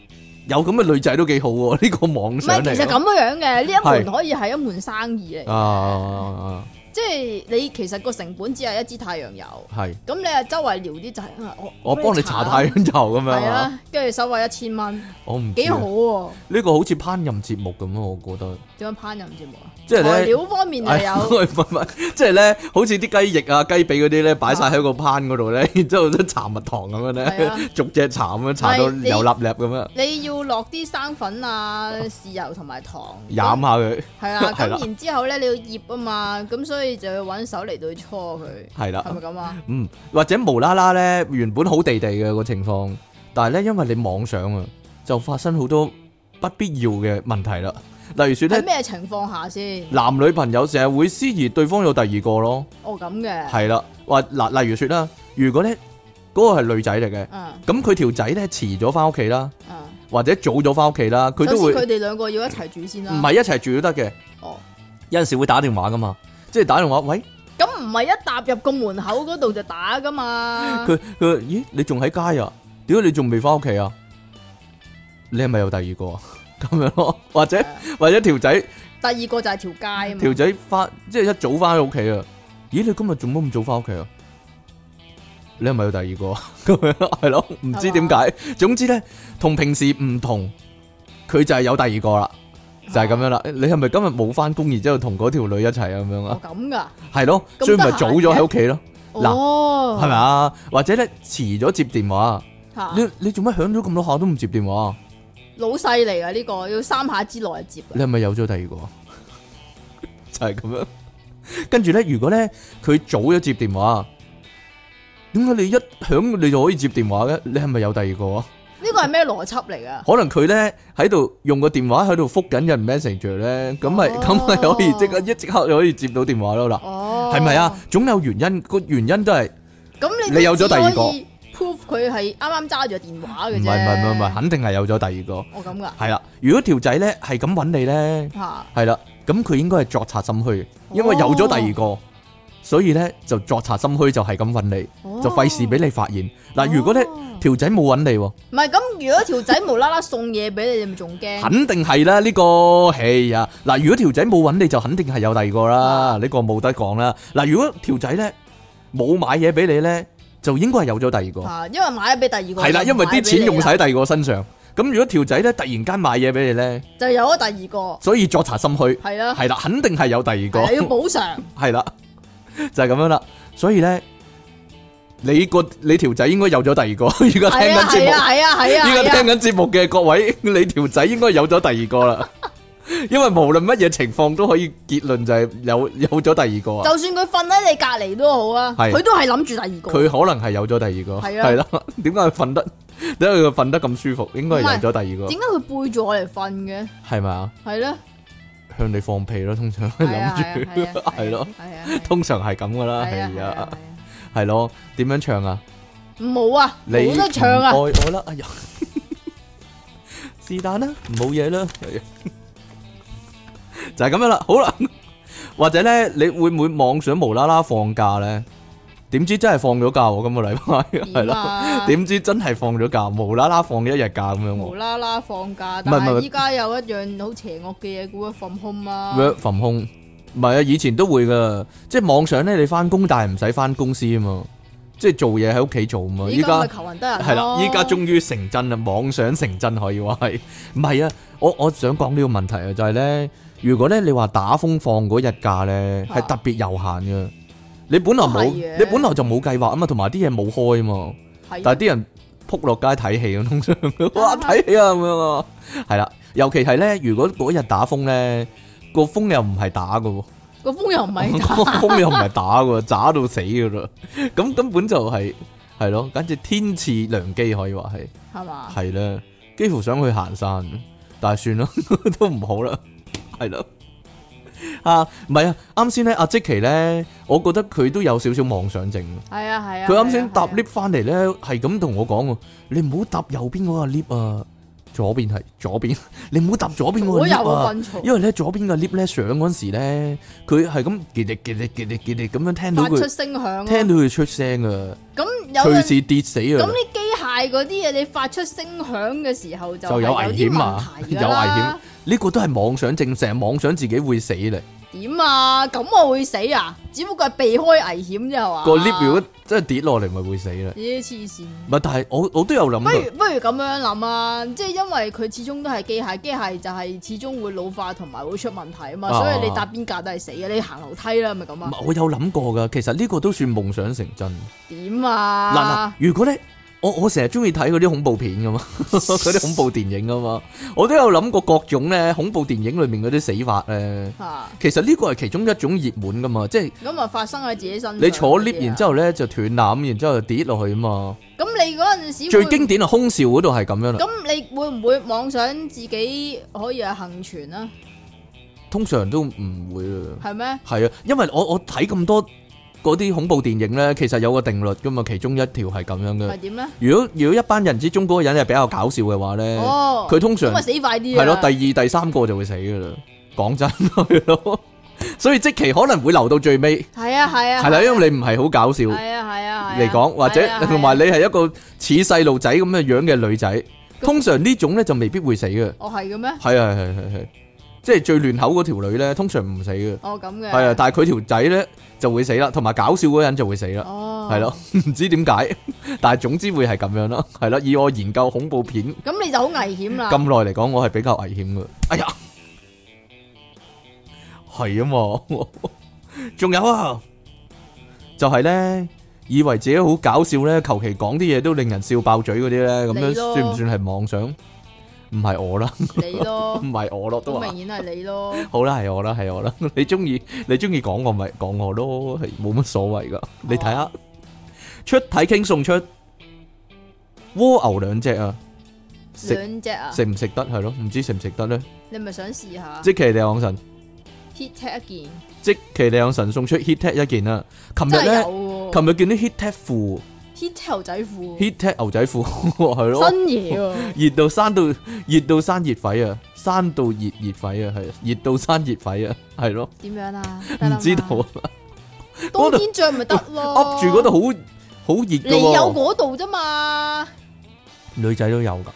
有咁嘅女仔都幾好喎，呢個妄
唔
想
係
嚟
其實
㗎。
咁樣嘅，呢一
係
門可以係一門生意嚟，
啊，
即係你其實個成本只係一支太陽油，
係
咁你啊周圍撩啲就係啊我
我幫你搽太
陽，
陽油咁樣
係
啊。
啊，跟住收費一千蚊，
我唔知
幾好
啊
喎。
呢個好似烹飪節目咁啊，我覺得。
點樣烹飪節目啊？
即係咧
材料方面又
哎呀
有，
喂唔係唔係 即係咧，好似啲雞翼啊、雞髀嗰啲咧，擺晒喺個pan 嗰度咧， 然之後都搽蜜糖咁樣
係啊
咧， 逐隻搽咁樣，搽到
唔係你
油立立咁樣，
你要落啲生粉啊、豉油同埋糖，
飲下佢，
係啦。
係啦
咁然之後咧，你要醃啊嘛，咁所以就要揾手嚟到去搓佢，
係啦
係。咪咁啊？
嗯，或者無啦啦咧，原本好地地嘅個情況，但係咧因為你妄想啊，就發生好多不必要嘅問題啦。例如說咧，
喺咩情況下先？
男女朋友成日會思疑對方有第二個咯，
哦咁嘅，
係啦，或嗱，例如說啦，如果咧嗰、個係女仔嚟嘅，
嗯
咁佢條仔咧遲咗翻屋企啦，
嗯，
或者早咗翻屋企啦，佢
首
都
先
會
佢
唔
哋兩個要一齊住先啦。
係一齊住都得嘅，
哦，
有陣時會打電話噶嘛，即係打電話，喂，
咁唔係一踏入個門口嗰度就打噶嘛？
佢佢咦你仲喺街啊？屌你仲未翻屋企啊？你係咪有第二個啊？ 咁樣咯，或者或者條仔
第二個就係條街啊
條
嘛。
仔翻即係一早翻屋企啊？咦你今日做乜咁早翻屋企啊？你係咪有第二個啊？ 咁樣咯係咯，唔知點解。總之咧，同平時唔同，佢就係有第二個啦，就係咁樣啦。你係咪今日冇翻工，然之後同嗰條女一齊啊？咁樣啊
哦？咁噶，
係咯，
咁
所以咪
得閒
早咗喺
嘅
屋企咯，嗱
哦，啊
係咪啊？或者咧遲咗接電話。啊
嚇？
你你做乜響咗咁多下都唔接電話？啊
老細嚟噶呢個，要三下之內就接
你
㗎。
係咪有咗第二個？啊 就係咁樣。跟住咧，如果咧佢早咗接電話，啊點解你一響你就可以接電話嘅？你係咪有第二個啊？
呢個係咩邏輯嚟噶？
可能佢咧喺度用個電話喺度覆緊人 message 咧，咁咪
哦
咁咪可以即刻一即刻就可以接到電話咯嗱，
哦，
係咪啊？？總有原因，個原因都係
咁
你
你
有咗第二個
個，proof 佢係啱啱揸住個電話
唔
嘅
係
啫。
唔係唔係唔係，，肯定係有咗第二個。
我咁噶
係啦，如果條仔咧係咁揾你咧。
嚇，
系啦，咁佢應該係作賊心虛，因為有咗第二個，
哦
所以咧就作賊心虛就係咁揾你，就費事俾
你。
你發現。嗱，如果咧
哦
條仔冇揾你喎，
唔係咁，如果條仔無啦啦送嘢俾你，你咪仲驚？
肯定係啦呢個，哎呀，嗱，如果條仔冇揾你就肯定係有第二個啦，
啊
呢個冇得講啦。嗱，如果條仔咧冇買嘢俾你咧，就應該係有咗第二個，
嚇，因為買咗俾第二個。
係啦，因為啲錢用
就唔買俾啊
晒喺第二個身上。咁如果條仔咧突然間買嘢俾你咧，
你啦，就有咗第二個，
所以作賊心虛，
係啦，
係啦，肯定係有第二個
係。要補償。
系啦，就係咁樣啦。所以咧，你個你條仔應該有咗第二個， 而家 聽
係
緊
啊係
節
啊係啊係啊！
目，依
係
家
啊
聽緊節目嘅各位， 你條仔應該有咗第二 個啦。因為無論乜嘢情況都可以結論就係有有咗第二個啊。
就算佢瞓喺你隔離都好啊，
係
佢都係諗住第二個。
佢可能係有咗第二個，
係啊
係啦。 點解佢瞓得？點解佢瞓得咁舒服？應該係有咗第二
點解佢背住我嚟瞓嘅？
個，係咪啊？
係咧，
向你放屁咯，通常
係啊
諗住
係啊係啊
係咯，
係啊，
通常係咁噶啦，
係啊
係
係
啊
啊，，
係咯。點樣唱啊？
冇啊，
你
冇得唱啊
唔，愛我啦，哎 呀，是但啦，冇嘢啦，係啊 就係咁樣啦。好啦，或者咧，你會唔會妄想無啦啦放假咧？點知真係放咗假喎？今個禮拜 係
點
咯，
啊？
點知真係放咗假，無啦啦放一日假咁樣
無
喎
啦啦放假，
係
但
唔係
係依家有一樣好邪惡嘅嘢叫 work from home 啊，
，work from home。唔係啊，以前都會噶，即係妄想咧，你翻工但係唔使翻公司啊嘛，即係做嘢喺屋企做啊嘛。依
依
家
家咪求人得人
系啦，
咯
依家終於成真啦，妄想成真可以話係，唔係啊？我我想講呢個問題啊，就係咧，如果咧你話打風放嗰日假咧，
啊
係特別悠閒嘅，你本來冇，
都係嘅
你本來就冇計劃啊嘛，同埋啲嘢冇開啊嘛，
係
但係啲人撲落街睇戲啊咁通 常，哇睇戲啊咁樣啊，係啦，尤其係咧，如果嗰日打風咧，個風又唔係打嘅喎。
個風又唔係打，
風又唔係打喎，渣到死噶啦！咁根本就係系咯，简直天赐良机可以话系，
系嘛？
系啦，几乎想去行山，但系算啦，都唔好啦，系咯。啊，唔系啊，啱先咧，阿即奇咧，我覺得佢都有少少妄想症。
系啊系啊。
佢啱先
係啊
搭
係啊
lift 翻嚟咧，係咁同我講喎，你唔好搭右邊嗰個 lift 啊，左邊係左邊，你唔好搭左邊嗰個
我
lift
有
啊。
份嘈，
因為咧左邊嘅 lift 咧上嗰陣時咧，佢係咁傑力傑力傑力傑力咁樣聽到
發出
佢
聲響。
聽到佢出聲啊，
咁有
隨
陣
時跌死
咁
啊！
啲機械嗰啲嘢，你發出聲響嘅時候就
就有
係有
危
啲
險啊
問題 㗎
有危
啦。
呢個都係妄想症，成日妄想自己會死咧。
點啊？咁我會死啊？只不過係避開危險啫，係嘛？
個 lift 如果真係跌落嚟，咪會死咧。
咦黐線！
唔係，但係我我都有諗
不
過。
如不如咁樣諗啊，即係因為佢始終都係機械，機械就係始終會老化同埋會出問題啊嘛，
啊
所以你搭邊架都係死嘅，你行樓梯啦，咪咁
唔
啊？
係我有諗過噶，其實呢個都算夢想成真。
點
嗱嗱
啊，？
如果咧，我我成日中意睇嗰啲恐怖片噶嘛， 嗰啲恐怖電影噶嘛，我都有諗過各種咧恐怖電影裏面嗰啲死法咧。
嚇
其實呢個係其中一種熱門噶嘛，即係
咁啊發生喺自己身上嗰啲啊。
你坐 lift，然之後咧就斷纜，然之後就跌落去啊嘛。
咁你嗰陣時會
最經典啊，空少嗰度係咁樣啦，
咁你會唔會妄想自己可以係幸存啊？
通常都唔會啦。
係咩？
係啊，因為我我睇咁多嗰啲恐怖電影咧，其實有個定律噶嘛，其中一條係咁樣
係
嘅。
點咧？
如果如果一班人之中嗰個人係比較搞笑嘅話咧，
哦，
佢通常
咁咪死快啲
系
啊！
咯，第二、第三個就會死噶啦。講真係咯， 所以即期可能會留到最尾，
係啊係啊
係啦，因為你唔係好搞笑嚟
係啊係啊係啊
講，或者
係啊係啊
同埋你係一個似細路仔咁嘅樣嘅女仔，通常呢種咧就未必會死嘅。
哦係嘅咩？
係啊係係係係，即係最亂口嗰條女咧，通常唔死嘅。
哦咁嘅
係啊，但係佢條仔咧就會死啦，同埋搞笑嗰人就會死啦。
哦
係咯， 唔知點解，但係總之會係咁樣咯。係啦，以我研究恐怖片。
咁你就好危險啦
咁。耐嚟講，我係比較危險嘅。哎呀，係啊嘛， 仲有啊，就係咧，以為自己好搞笑咧，求其講啲嘢都令人笑爆嘴嗰啲咧，咁樣
你咯
算唔算係妄想？唔係我啦，
你咯
唔，係我咯， 都
好
話
明顯係你咯。
好啦，係我啦， 係我啦。你中意你中意講我咪講我咯，係冇乜所謂噶。你睇下出體傾送出蝸牛兩隻啊，食
兩隻啊，
食唔食得係咯？唔知食唔食得咧？
你咪想試下
即其利昂神，
hit tag 一件，
即其利昂神送出 hit tag 一件啦。琴
真
日
係
咧，
有喎
琴日見啲 hit tag 褲
hit tag 牛仔褲，
hit tag 牛仔褲 係咯，
新嘢喎，
熱到生到熱到生熱肺啊，生到熱熱肺啊，係熱到生熱肺啊，係咯，
點樣啊？得啦
唔
嘛
知道啊，
當天着咪得咯。
噏住嗰度，好好熱
你有
噶，
嗰度啫嘛，
女仔都有噶，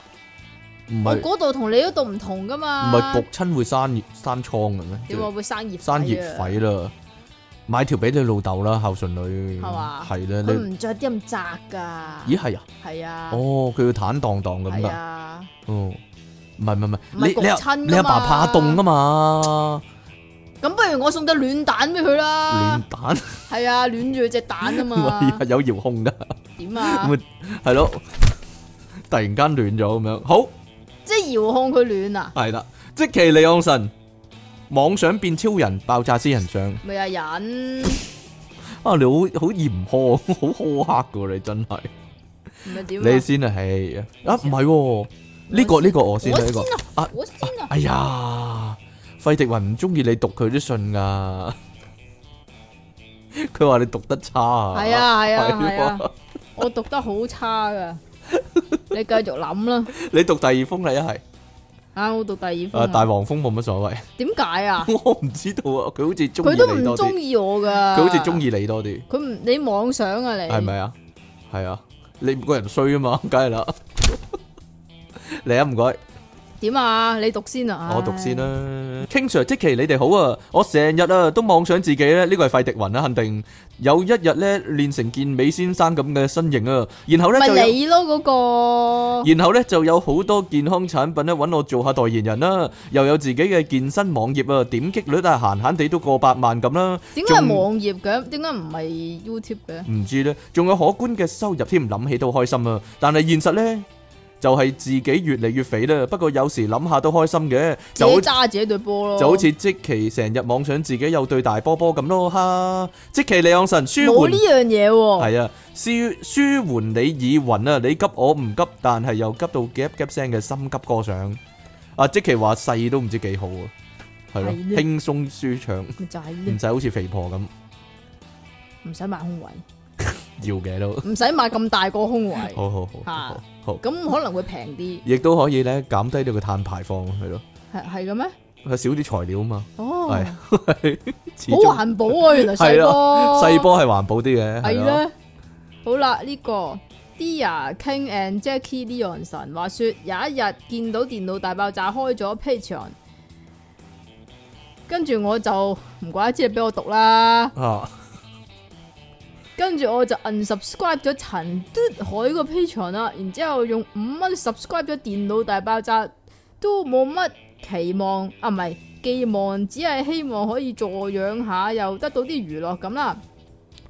唔
我
係唔
嗰度同你嗰度唔同噶嘛。
係焗親會生熱生瘡嘅咩？
點話會生熱痱
生熱
啊？
肺啦，買條俾你老豆啦，孝順女
係嘛
係
佢
啦，
唔着啲咁窄噶。
你咦係啊？
係啊，
哦，佢要坦蕩蕩咁
係
噶，
啊，
哦，唔係唔係唔係，
唔係
你
焗
你阿
親㗎
你阿爸
嘛啊
怕凍噶嘛？
咁不如我送隻暖蛋俾佢啦
暖。蛋
係啊，暖住佢隻蛋 啊嘛。
係有遙控噶，
點啊
咪？係咯，突然間暖咗咁樣，好
即係遙控佢暖啊？
係啦，即其利昂神妄想變超人，爆炸私人相
咪啊忍，
啊！你好好嚴苛，好苛刻噶你真係，
咪點啊
你先啊，係啊唔係喎，呢個呢個我先啊
我
呢
先
個。
啊，我先啊，
哎呀，費迪雲唔中意你讀佢啲信噶， 佢話你讀得差啊。
係啊係啊
係
係啊，我讀得好差 噶，你繼續諗啦。
你讀第二封啦，一係
啊，我讀第二
啊
封
大
啊，
黃蜂冇乜所謂，
點解啊？
我唔知道啊，佢好似中
佢
意
都
你
唔
多啲，
中意我噶，
佢好似中，意你多啲，
佢唔你妄想啊你，
係咪啊？係啊，你個人衰啊嘛，梗係啦。 嚟啊，唔該。
點啊？你讀先啊，
我讀先啦。King Sir，即其你哋好啊！我成日啊都妄想自己咧，呢個係費迪雲啦，肯定有一日咧練成健美先生咁嘅身形啊，然後咧
唉。咪
就有
你咯嗰個，
然後咧就有好多健康產品咧揾我做下代言人啦，又有自己嘅健身網頁啊，點擊率啊閒閒地都過百萬咁啦，
點解係
仲
網頁嘅？點解唔係 YouTube 嘅？
唔知咧，仲有可觀嘅收入添，諗起都開心啊！但係現實咧就係自己越嚟越肥啦。不過有時諗下都開心嘅，
自
就
己
好
揸自己對波咯，
就好似即期成日妄想自己有對大波波咁咯，哈！即期李昂神舒
冇呢
緩
樣嘢喎，
係啊，舒舒緩你耳暈啊，你急我唔急，但係又急到夾夾聲嘅心急歌上。啊，即期話細都唔知幾好啊，係咯，
係呢
輕鬆舒暢，
咪就係
唔
呢
使好似肥婆咁
唔使買胸圍，
要嘅都。
唔使買咁大個胸圍，
好好好
嚇
好好，好
咁可能會平啲，
亦都可以咧減低你個碳排放係咯，
係係嘅咩？
係少啲材料啊嘛，
哦，
係
好
始終
環保啊，原來細波
細波係環保啲嘅，
係
係咯，
咧。好啦，呢、個 Dear King and Jackie Leonson 話說，有一日見到電腦大爆炸開咗 Patreon，跟住我就唔怪得知你俾我讀啦，
啊
跟住我就 unsubscribe 咗陳嘟海個 Patreon 啦，然之後用五蚊 subscribe 咗電腦大爆炸，都冇乜期望啊，唔係寄望，只係希望可以助養下，又得到啲娛樂咁啦。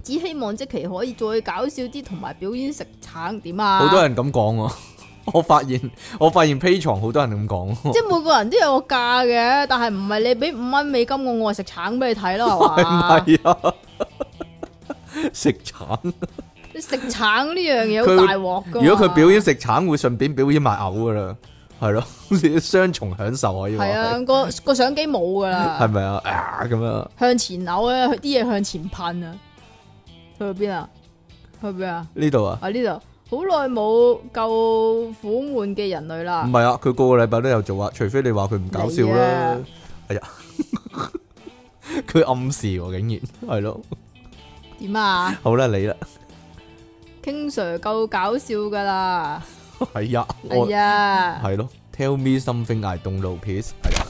只希望即期可以再搞笑啲，同埋表演食橙點啊！
好多人咁講喎， 我發現我發現 P 床好多人咁講喎，
即係每個人都有個價嘅，但係唔係你俾五蚊美金我，我係食橙俾你睇啦，係 嘛？
係啊，食橙，
你食橙呢樣嘢
佢
好大鑊噶。
如果佢表演食橙，會順便表演埋嘔噶啦，係咯， 雙重享受可以話
係啊，
係，
個個相機冇
係
噶啦，
咪啊？啊咁樣
向前扭咧，啲嘢向前噴啊！去到邊啊？去邊啊？
呢度啊，
啊呢度。好耐冇夠苦悶嘅人類啦
唔，係啊，佢個個禮拜都有做啊，除非你話佢唔搞笑
你
啦
啊。
哎呀， 佢暗示喎，竟然係咯，
點啊
好啦，你啦，
？King Sir 夠搞笑噶啦，
係呀，我
係啊，
係咯，Tell me something I don't know, please。係啊，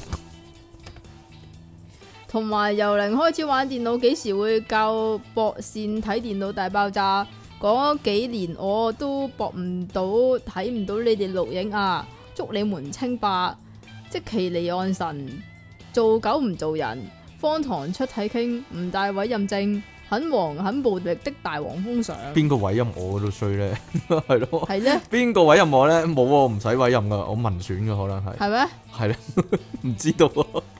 同埋由零開始玩電腦，幾時會夠駁線睇電腦大爆炸？嗰幾年我都駁唔到，睇唔到你哋錄影啊！祝你們清白，即其離岸神，做狗唔做人，荒唐出體傾，唔帶委任證，很黃很暴力的大黃蜂上，
邊個委任我都衰咧？ 係咯，
係呢？
邊個委任我咧？冇喎，唔使委任噶，我民選噶，可能係
係咩？
係咧， 唔知道喎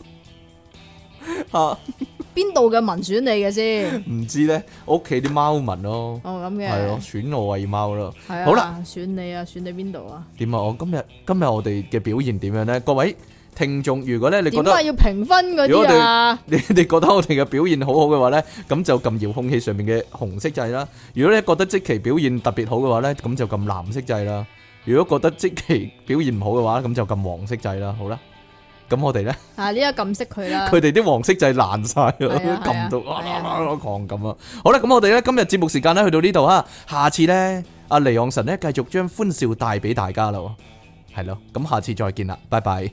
啊，
邊度嘅民選你嘅先？
唔知咧，我屋企啲貓民咯，
哦咁
係咯，
嘅，
選我餵貓咯。
係啊，
好啦，
選你啊，選你邊度啊？
點啊？我今日今日我哋嘅表現點樣咧？各位聽眾，如果咧你覺
點
得
解要評分嗰
如果我
啲啊？
你 哋覺得我哋嘅表現好好嘅話咧，咁就撳遙控器上面嘅紅色掣啦。如果你覺得即期表現特別好嘅話咧，咁就撳藍色掣啦。如果覺得即期表現唔好嘅話，咁就撳黃色掣啦。好啦，咁我哋咧，
啊！呢一撳熄佢啦，
佢哋啲黃色掣爛晒啦，
係啊
撳到
係啊
啊狂撳啊！好啦，咁我哋咧今日節目時間咧去到呢度啊，下次咧阿尼昂神咧繼續將歡笑帶俾大家啦喎，係咯，咁下次再見啦，拜拜。